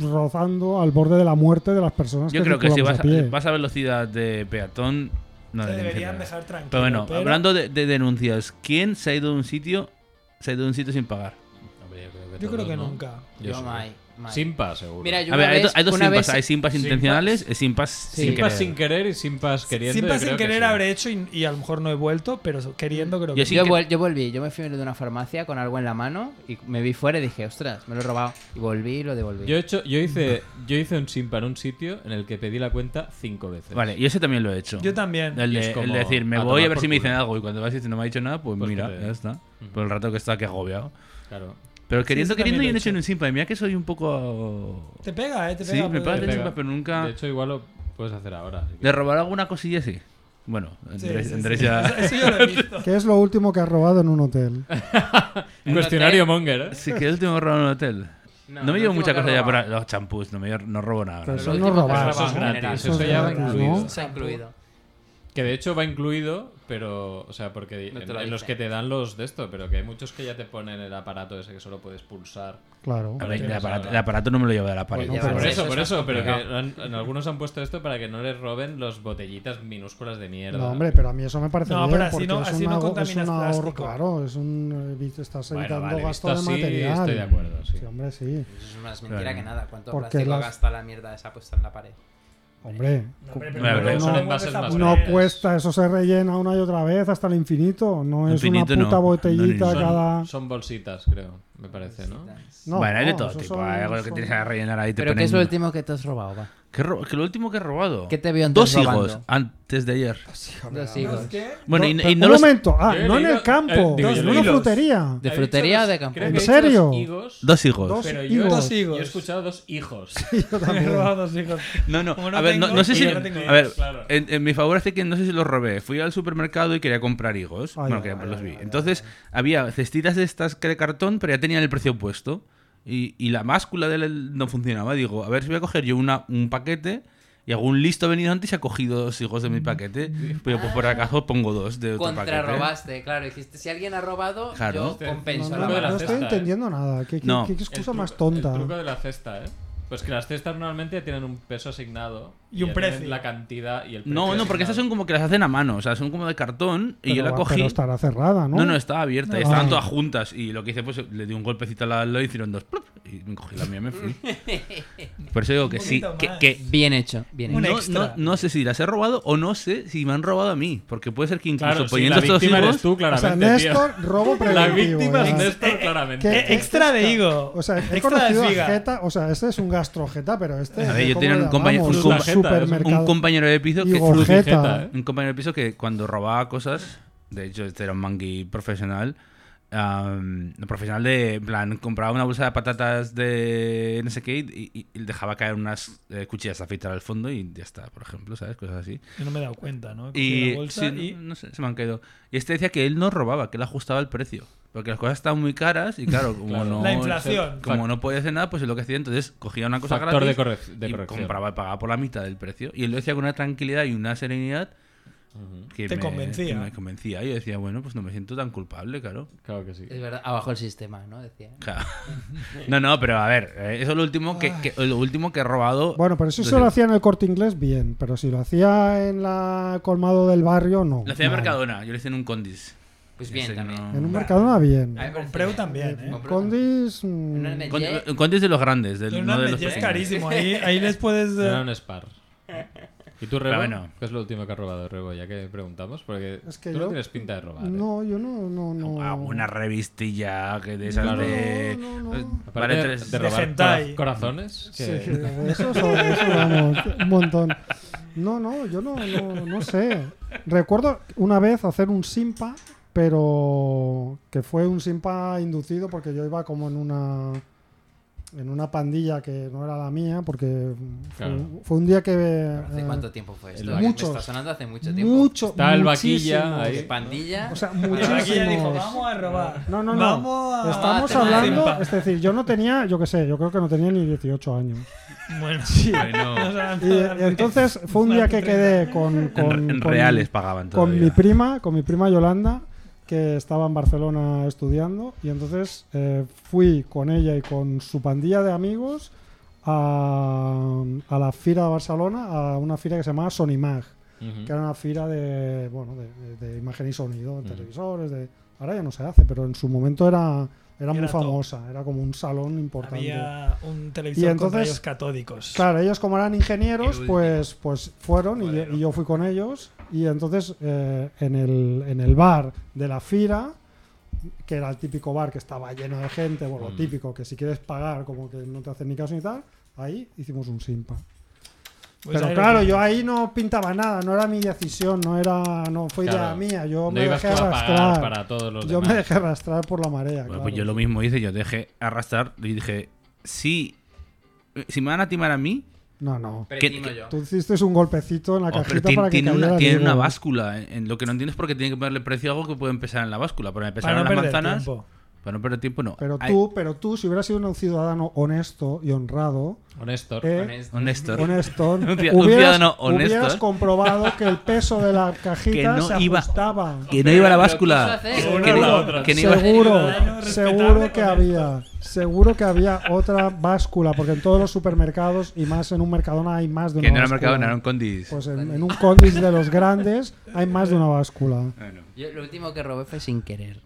S1: rozando al borde de la muerte de las personas
S2: Yo
S1: que
S2: creo que si
S1: circulamos
S2: vas
S1: a
S2: a,
S1: pie.
S2: vas a velocidad de peatón, no
S4: Se
S2: deberían
S4: deberían
S2: cerrar.
S4: dejar tranquilo.
S2: Pero bueno, hablando de, de denuncias, ¿quién se ha ido de un sitio, se ha ido de un sitio sin pagar?
S3: Hombre,
S4: Yo creo
S3: todos,
S4: que
S3: ¿no?
S4: nunca.
S5: Yo,
S3: sí.
S5: mai, mai.
S3: Simpa, seguro.
S5: Mira, yo una
S2: A ver, hay,
S5: vez-
S2: do- hay dos
S5: una
S2: simpas,
S5: vez-
S2: hay simpas
S3: Simpas.
S2: intencionales y simpas sin
S3: Simpa
S2: querer.
S3: sin querer y simpas queriendo.
S4: Siempre
S3: yo creo
S4: sin
S3: que
S4: querer
S3: sí.
S4: habré hecho y, y a lo mejor no he vuelto, pero queriendo creo
S2: Yo
S4: que
S2: sí.
S4: sí.
S5: Yo,
S2: que-
S5: vol- yo volví, yo me fui de una farmacia con algo en la mano y me vi fuera y dije, ostras, me lo he robado. Y volví y lo devolví.
S3: Yo, he hecho, yo, hice, yo hice un simpa en un sitio en el que pedí la cuenta cinco veces.
S2: Vale, y ese también lo he hecho.
S4: Yo también.
S2: El
S3: Y es
S2: de,
S3: como
S2: el de decir, me
S3: a
S2: voy a
S3: tomar
S2: ver
S3: por
S2: si me
S3: culo.
S2: dicen algo. Y cuando vas y dices, no me ha dicho nada, pues,
S3: Pues
S2: mira,
S3: que te-
S2: ya está. Por el rato que está, que agobiado.
S3: Claro.
S2: Pero queriendo,
S4: eso también
S2: queriendo,
S4: lo
S2: yo
S4: he
S2: no he hecho
S4: hecho.
S2: ni un simpa. Y mira que soy un poco.
S4: Te pega, eh, te
S2: Sí,
S4: pega.
S2: me
S4: porque-
S2: pasa
S3: Te
S2: de
S3: pega.
S2: simpas, pero nunca.
S3: De hecho, igual lo puedes hacer ahora. así que-
S2: De robar alguna cosilla así. Bueno,
S4: Sí,
S2: Andrés,
S4: sí,
S2: Andrés
S4: sí.
S2: ya.
S4: Eso, eso yo lo he visto.
S1: ¿Qué es lo último que has robado en un hotel?
S3: Cuestionario Monger, ¿eh?
S2: Sí, que el último robo en un hotel.
S5: No,
S2: No, me
S5: lo
S2: llevo
S5: último
S2: mucha
S5: que
S2: cosa ya
S5: robaba.
S2: para los champús, no, me llevo- no robo nada.
S1: Pero
S2: ¿no?
S1: eso
S5: Lo
S1: no
S5: último que
S1: robar,
S5: robaba
S3: eso es
S5: en general.
S3: gratis,
S1: eso ya va
S5: gratis,
S1: incluido.
S5: Eso ha incluido.
S3: Que de hecho va incluido, pero. O sea, porque
S5: No te
S3: en,
S5: lo
S3: en los
S5: dice.
S3: que te dan los de esto, pero que hay muchos que ya te ponen el aparato ese que solo puedes pulsar. Pues
S1: Claro.
S2: A ver, el, aparato, el aparato no me lo llevo de la pared.
S1: Bueno,
S5: pero-
S3: Por eso,
S5: es
S3: por eso,
S5: más
S3: pero que
S5: complicado.
S3: han- en algunos han puesto esto para que no les roben los botellitas minúsculas de mierda.
S1: No, hombre, pero a mí eso me parece
S4: No,
S1: bien,
S4: pero así
S1: porque
S4: no-
S1: es, un
S4: así no
S1: ahor- es
S4: contaminas
S1: un ahorro,
S4: plástico.
S1: claro, es un, evi- estás
S3: Bueno,
S1: evitando
S3: vale,
S1: gasto de
S3: visto así,
S1: material.
S3: estoy de acuerdo, sí.
S1: hombre, sí.
S5: Es más mentira
S2: Claro.
S5: que nada. ¿Cuánto
S1: Porque
S5: plástico
S1: las-
S5: gasta la mierda esa puesta en la pared?
S1: Hombre, cu-
S2: pero no,
S1: no,
S3: son envases más
S1: no
S3: grandes.
S1: cuesta, eso se rellena una y otra vez hasta el infinito, no es
S2: Infinito
S1: una
S2: no,
S1: puta
S2: no, ni-
S1: botellita
S2: son-
S1: cada...
S3: Son, son bolsitas, creo, me parece, ¿no?
S1: No,
S2: bueno, hay de
S1: no,
S2: todo
S1: esos
S2: tipo.
S1: son-
S2: Hay algo que
S1: son-
S2: tienes que rellenar ahí. Te
S5: ¿Pero qué
S2: ponen-
S5: es lo último que te has robado? Va?
S2: ¿Qué ro- que lo último que he robado?
S5: ¿Qué te vio antes
S2: Oh. Dos hijos
S5: robando?
S2: antes de ayer.
S5: Dos higos.
S2: Bueno,
S1: No,
S2: y,
S1: pero
S2: y no
S1: un
S2: los.
S1: momento, ah,
S3: Yo he
S1: no en
S3: leído-
S1: el campo,
S3: eh, digo,
S1: no,
S3: yo
S1: en
S3: he
S1: una
S3: leído-
S1: frutería.
S5: ¿De
S3: Ha
S5: frutería
S3: dicho
S5: o de
S3: los-
S5: campo?
S3: creo que
S1: ¿En
S3: ha dicho
S1: serio?
S3: los higos,
S2: Dos hijos.
S1: Dos
S3: pero yo,
S1: higos.
S4: Dos
S3: yo
S4: higos.
S3: he escuchado dos hijos.
S4: Me he robado dos hijos.
S2: No, no,
S4: Como no
S2: a ver, no,
S4: tengo,
S2: no sé
S4: pues
S2: si.
S4: ya no tengo.
S2: a ver,
S3: Claro.
S2: en, en mi favor hace que no sé si los robé. Fui al supermercado y quería comprar higos.
S1: Ay,
S2: bueno,
S1: ay,
S2: que
S1: ay,
S2: los
S1: ay,
S2: vi.
S1: ay,
S2: Entonces, había cestitas de estas que de cartón, pero ya tenían el precio puesto. Y, y la máscula del no funcionaba. Digo, a ver si voy a coger yo una, un paquete. Y algún listo ha venido antes y ha cogido dos higos de mi paquete.
S4: Mm.
S2: Pero pues
S4: Ah.
S2: por acaso pongo dos de otro paquete.
S5: Contrarrobaste, claro. Dijiste, si alguien ha robado,
S2: Claro.
S5: yo
S1: No,
S5: compenso
S1: no,
S5: la
S1: no
S3: de la
S5: balanza.
S1: estoy
S3: cesta, ¿eh?
S1: entendiendo nada, qué, qué-
S2: No.
S1: qué excusa
S3: El
S1: más
S3: truco-
S1: tonta.
S3: El truco de la cesta, ¿eh? Pues que las cestas normalmente tienen un peso asignado.
S4: Y un
S3: ya tienen
S4: precio.
S3: La cantidad y el precio.
S2: No, no, porque estas son como que las hacen a mano. O sea, son como de cartón. Y yo
S1: Pero
S2: la
S1: va-
S2: cogí.
S1: Pero estará cerrada, ¿no?
S2: No, no, estaba abierta. y
S1: Ah.
S2: Estaban todas juntas. Y lo que hice, pues le di un golpecito a la lo hicieron dos. ¡plup! Y me cogí la mía y me fui. Por eso digo que
S4: Un
S2: sí.
S4: poquito
S2: Que,
S4: más.
S2: que
S5: Bien hecho, bien
S4: Un
S5: hecho.
S2: no,
S4: extra.
S2: no- no sé si las he robado o no sé si me han robado a mí. Porque puede ser que incluso
S3: Claro, si
S2: poniendo
S3: la
S2: estos
S3: víctima eres
S2: hijos.
S3: tú,
S1: O sea,
S3: claramente,
S1: Néstor, robo
S3: tío. La
S1: preventivo.
S3: víctima es
S1: ya.
S3: Néstor, claramente.
S1: ¿Qué?
S4: Eh, extra de higo.
S1: O sea, he
S4: extra de
S1: conocido a
S4: figa.
S1: Jeta, o sea, este es un gastrojeta, pero este...
S2: A ver, yo
S1: ¿cómo
S2: tenía
S1: le
S2: un compañero-
S1: llamamos?
S2: un compa-
S1: supermercado.
S2: Un compañero de piso que.
S1: Igor
S3: Frutijeta,
S1: Jeta.
S3: ¿eh?
S2: Un compañero de piso que cuando robaba cosas. De hecho, este era un manqui profesional. am, profesional de. En plan, compraba una bolsa de patatas de no sé qué y, y- y dejaba caer unas eh, cuchillas a afeitar al fondo y ya está, por ejemplo, ¿sabes? Cosas así.
S4: Yo no me he dado cuenta, ¿no? He cogido
S2: Y,
S4: la bolsa
S2: sí,
S4: y-
S2: no, no sé, se me han caído. Y este decía que él no robaba, que él ajustaba el precio. Porque las cosas estaban muy caras y claro, como
S3: Claro.
S2: no...
S4: La inflación.
S2: Como no podía hacer nada, pues es lo que hacía. Entonces cogía una cosa
S3: Factor de,
S2: gratis
S3: correc- de
S2: y
S3: corrección.
S2: compraba y pagaba por la mitad del precio. Y él lo decía con una tranquilidad y una serenidad que,
S4: Te
S2: me,
S4: convencía.
S2: que me convencía. Y yo decía, bueno, pues no me siento tan culpable, claro.
S3: Claro que sí.
S5: Es verdad, abajo el sistema, ¿no? Decía.
S2: Claro. No, no, pero a ver, eh, eso es lo último que, que- lo último que he robado.
S1: Bueno, pero si se
S2: Entonces,
S1: lo hacía en el corte inglés, bien. Pero si lo hacía en la colmado del barrio, no.
S2: Lo hacía en
S1: Mal.
S2: Mercadona, yo lo hice en un condis.
S5: Pues
S2: Ese
S5: bien, también.
S2: no-
S1: En un Mercadona, bien.
S5: A mí me parece
S4: Compreu
S5: bien.
S4: también, ¿eh?
S5: Compreu
S1: Condis.
S5: también.
S1: mm,
S5: En una
S2: Con-
S5: Metier-
S2: eh, Condis de los grandes, del-
S4: Pero
S2: no de
S4: una
S2: los
S4: media es
S2: pequeños.
S4: carísimo. Ahí, ahí les puedes. eh,
S3: Era un spar. ¿Y tú, Rebo?
S2: bueno.
S3: ¿Qué es lo último que has robado, Rebo? Ya que preguntamos, porque
S1: Es que
S3: tú
S1: yo-
S3: no tienes pinta de robar. ¿eh?
S1: No, yo no. no, no.
S3: Ah,
S2: Alguna ah, revistilla que de esas
S3: Claro.
S2: de. pues,
S1: No, no, no.
S3: Aparte
S2: Vale,
S3: de-
S2: tres.
S3: de
S4: De
S3: robar
S4: hentai.
S3: cora- corazones.
S1: Sí,
S3: que-
S1: de eso, son- de eso vamos, un montón. No, no, yo no, no, no sé. Recuerdo una vez hacer un simpa, pero que fue un simpa inducido porque yo iba como en una en una pandilla que no era la mía, porque fue,
S3: Claro.
S1: fue un día que
S5: ¿Hace
S1: eh,
S5: cuánto tiempo fue esto?
S3: el
S5: Que me
S1: muchos.
S5: está sonando hace mucho tiempo.
S1: mucho,
S3: Está el vaquilla
S1: muchísimos.
S3: ahí.
S5: De pandilla.
S1: O sea,
S4: la vaquilla dijo,
S1: muchísimos.
S4: vamos a robar.
S1: No, no, no.
S4: Vamos a.
S1: Estamos
S5: Ah, te
S1: hablando,
S4: Simpa.
S1: es decir, yo no tenía, yo qué sé, yo creo que no tenía ni 18 años.
S4: Bueno, sí.
S2: Bueno.
S4: nos han
S1: Y,
S4: dado
S1: eh,
S4: hambre.
S1: entonces fue un día que quedé con,
S2: En,
S1: con-
S2: en
S1: con-
S2: reales pagaban todo.
S1: con mi prima, con mi prima Yolanda, que estaba en Barcelona estudiando, y entonces eh, fui con ella y con su pandilla de amigos a, a la fira de Barcelona, a una fira que se llamaba Sonimag,
S3: Ujú.
S2: Mm.
S1: que era una fira de, bueno, de, de- de imagen y sonido,
S2: Mm.
S1: de televisores, de... Ahora ya no se hace, pero en su momento era, era muy
S4: Era top.
S1: famosa, era como un salón importante.
S4: Había un televisor
S1: Y
S4: con
S1: entonces-
S4: rayos catódicos.
S1: Claro, ellos como eran ingenieros,
S2: El
S1: pues, pues fueron y yo, y yo fui con ellos. Y entonces eh, en, el, en el bar de la Fira, que era el típico bar que estaba lleno de gente, bueno, lo
S3: Mm.
S1: típico, que si quieres pagar como que no te hacen ni caso ni tal, ahí hicimos un simpa.
S4: Pues
S1: Pero
S4: ahí
S1: claro,
S4: lo-
S1: yo ahí no pintaba nada, no era mi decisión, no era no fue idea
S3: Claro.
S1: Pues mía, yo
S3: No
S1: me
S3: ibas
S1: dejé
S3: tú a pagar
S1: arrastrar.
S3: para todos los
S1: Yo
S3: demás.
S1: me dejé arrastrar por la marea.
S2: Bueno,
S1: claro.
S2: pues yo lo mismo hice, yo dejé arrastrar y dije, si, si me van a timar a mí,
S1: No, no.
S5: Pero
S2: que-
S5: timo
S2: que-
S5: yo.
S1: Tú hiciste un golpecito en la
S2: oh, pero
S1: cajita
S2: tien-
S1: para que
S2: tiene, una,
S1: cayera
S2: tiene
S1: libre.
S2: una eh, báscula. En, en lo que no entiendo es porque tiene que ponerle precio a algo que puede empezar en la báscula. Pero me
S4: Para
S2: pesaron
S4: no
S2: las
S4: perder
S2: manzanas.
S4: tiempo.
S2: Para no perder tiempo, no.
S1: Pero
S2: Hay-
S1: tú, pero tú, si hubieras sido un ciudadano honesto y honrado,
S3: Honesto.
S1: Eh,
S3: honesto.
S2: Honesto.
S1: honesto,
S2: Un ci-
S1: hubieras,
S2: un ciudadano honesto. ¿eh?
S1: hubieras comprobado que el peso de la
S2: Que
S1: cajita
S2: no
S1: se
S2: iba-
S1: ajustaba.
S2: Que no iba a la
S5: Pero
S2: báscula.
S5: quiso
S2: Que,
S5: hacer
S3: una
S2: que no-
S3: la otra.
S2: que no iba
S1: Seguro,
S4: Ciudadano
S1: seguro que
S4: respetable,
S1: había, seguro que había otra báscula, porque en todos los supermercados y más en un Mercadona hay más de una
S2: Que no era
S1: báscula.
S2: Mercadona, era un Condis.
S1: Pues en, en un Condis de los grandes hay más de una báscula.
S2: Bueno,
S5: Yo lo último que robé fue sin querer.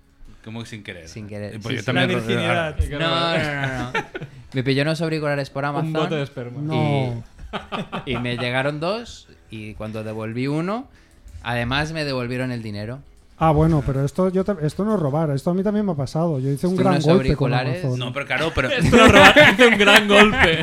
S2: como sin querer.
S5: Sin querer,
S2: Eh,
S5: sí,
S2: Pues yo
S5: sí.
S4: La
S2: también.
S4: virginidad.
S5: No, no, no, no. Me pilló unos auriculares por Amazon.
S3: Un bote de esperma.
S1: No.
S5: Y, y me llegaron dos y cuando devolví uno, además me devolvieron el dinero.
S1: Ah, bueno, pero esto yo te- esto no es robar, esto a mí también me ha pasado. Yo hice un
S5: Tú
S1: gran
S5: unos
S1: golpe con
S5: auriculares.
S1: Amazon.
S2: No, pero claro, pero.
S3: Esto lo robaste un gran golpe.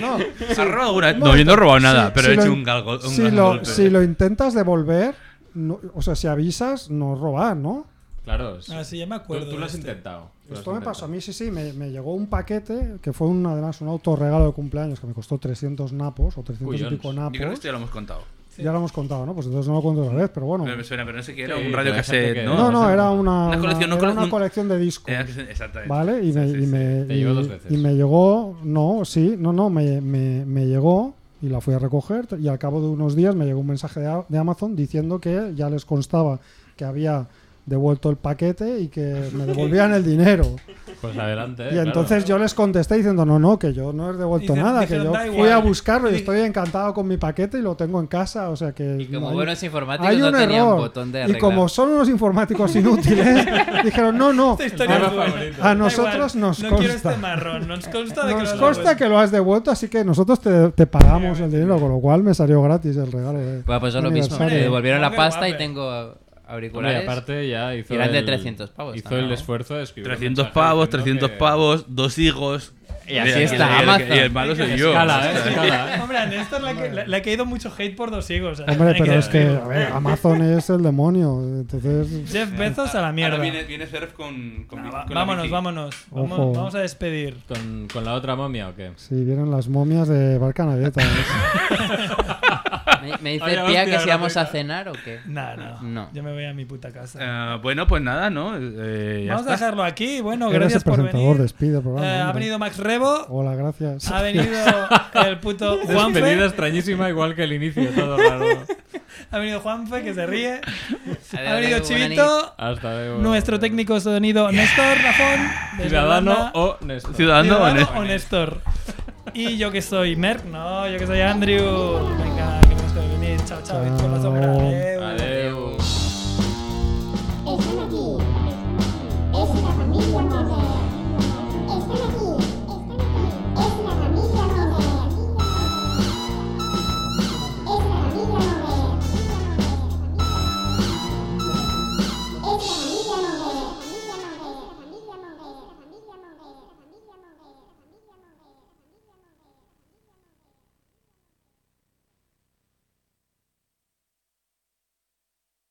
S1: No,
S2: ¿Has robado alguna No, yo no he robado Pues nada, pero he hecho un, galgo, un
S1: si
S2: gran
S1: lo,
S2: golpe.
S1: Si lo intentas devolver, no- o sea, si avisas, no es robar, ¿no?
S3: Claro. sí.
S4: Ah, sí, ya me
S3: Tú,
S4: acuerdo.
S3: tú lo has
S4: de este.
S3: intentado. tú lo
S2: Pues
S3: has
S1: Esto me pasó a
S3: intentado.
S1: mí, sí, sí, me, me llegó un paquete que fue un, además un autorregalo de cumpleaños que me costó 300 napos o 300 y
S3: Cuyons.
S1: pico
S2: Yo creo que
S1: napos.
S2: esto ya lo hemos contado.
S1: Ya lo hemos contado, ¿no? Pues entonces no lo cuento otra vez, pero bueno.
S2: Pero me suena, pero no sé qué era,
S3: Sí,
S2: un
S3: pero
S2: radio
S3: hay gente
S2: cassette,
S3: que-
S2: ¿no?
S1: No, no, era una,
S2: Una colección, no
S1: una- era
S2: Eh, cole-
S1: una
S2: un-
S1: colección de discos.
S2: Era cassette, Exactamente.
S1: ¿Vale? Y
S2: Sí,
S1: me,
S2: sí,
S1: y
S2: sí.
S1: me-
S3: Te
S1: y-
S3: llegó dos veces.
S1: y me llegó, no, sí, no, no, me, me- me llegó y la fui a recoger y al cabo de unos días me llegó un mensaje de, A- de Amazon diciendo que ya les constaba que había devuelto el paquete y que me devolvían el dinero.
S5: Eh,
S3: Pues adelante.
S1: Y entonces yo les contesté diciendo, no, no, que yo no he devuelto
S4: Dice-
S1: nada, que
S4: dijeron,
S1: yo
S4: "Da
S1: fui
S4: igual".
S1: a buscarlo y
S4: Y-
S1: estoy encantado con mi paquete y lo tengo en casa, o sea que...
S5: Y como
S1: no hay-
S5: buenos informáticos
S1: hay
S5: no
S1: un
S5: tenían
S1: error.
S5: botón de
S1: y
S5: arreglar.
S1: como son unos informáticos inútiles, dijeron, no, no,
S4: Esta historia
S1: a-
S4: es buena.
S1: a
S4: Da
S1: nosotros
S4: igual,
S1: nos
S4: no quiero
S1: consta.
S4: este marrón. Nos consta de que
S1: Nos
S4: lo
S1: Pues consta que lo has devuelto, así que nosotros te, te pagamos el dinero, con lo cual me salió gratis el regalo. de
S5: Bueno, pues yo lo mismo. Me
S1: aniversario.
S5: devolvieron la
S4: Hombre,
S5: pasta y
S4: guapo.
S5: tengo
S3: Hombre,
S5: auriculares.
S3: aparte ya hizo.
S5: Y eran de
S3: el-
S5: 300 pavos,
S3: Hizo
S5: también,
S3: el
S5: ¿no?
S3: esfuerzo de escribir. un
S2: 300
S3: mensaje
S2: pavos,
S3: diciendo
S2: 300
S3: que-
S2: pavos, dos higos.
S5: Y así
S2: el-
S5: está
S2: el- el-
S5: Amazon.
S2: Y el malo soy yo.
S3: Escala,
S2: O
S3: eh.
S2: sea,
S3: Escala, eh.
S4: Hombre, a Néstor le ha, ca- le ha caído mucho hate por dos higos. ¿eh?
S1: Hombre,
S4: Hay
S1: pero es que
S4: decirlo.
S1: a ver, Amazon es el demonio, entonces...
S4: Jeff Bezos a la mierda.
S2: Ahora viene, viene Cerf con, con,
S4: Ah,
S2: mi-
S4: va-
S2: con la
S4: vámonos,
S2: bici.
S4: vámonos.
S1: Ojo.
S4: Vamos, vamos a despedir.
S3: ¿Con, ¿Con la otra momia o qué?
S1: Si vieron las momias de Barcanaveta.
S5: Me, me dice
S3: Ay,
S5: tía
S3: hostia,
S5: que
S3: la
S5: si vamos a
S3: puta.
S5: cenar o qué.
S4: Nah, no,
S5: No.
S4: Yo me voy a mi puta casa.
S2: Eh, bueno, pues nada, ¿no? Eh, ya
S4: vamos a
S2: está.
S4: dejarlo aquí. Bueno,
S1: Eres el
S4: gracias por
S1: presentador
S4: venir.
S1: de Speed, el
S4: Eh,
S1: programa,
S4: ha
S1: hombre.
S4: venido Max Rebo.
S1: Hola, gracias.
S4: Ha venido el puto
S3: Despedida
S4: Juanfe.
S3: extrañísima, igual que el inicio, todo raro.
S4: Ha venido Juanfe, que se ríe.
S5: Adiós,
S4: Ha venido
S5: adiós, buena
S4: Chivito.
S3: Hasta luego.
S4: Nuestro técnico de sonido Néstor Rafón. desde
S3: Ciudadano
S4: Holanda.
S3: o Néstor.
S2: Ciudadano,
S4: Ciudadano
S2: honesto.
S4: o Néstor. Y yo que soy Merck, no, yo que soy Andrew. Venga, que me gusta venir. Chao, chao, y por la sombra.
S1: Chao.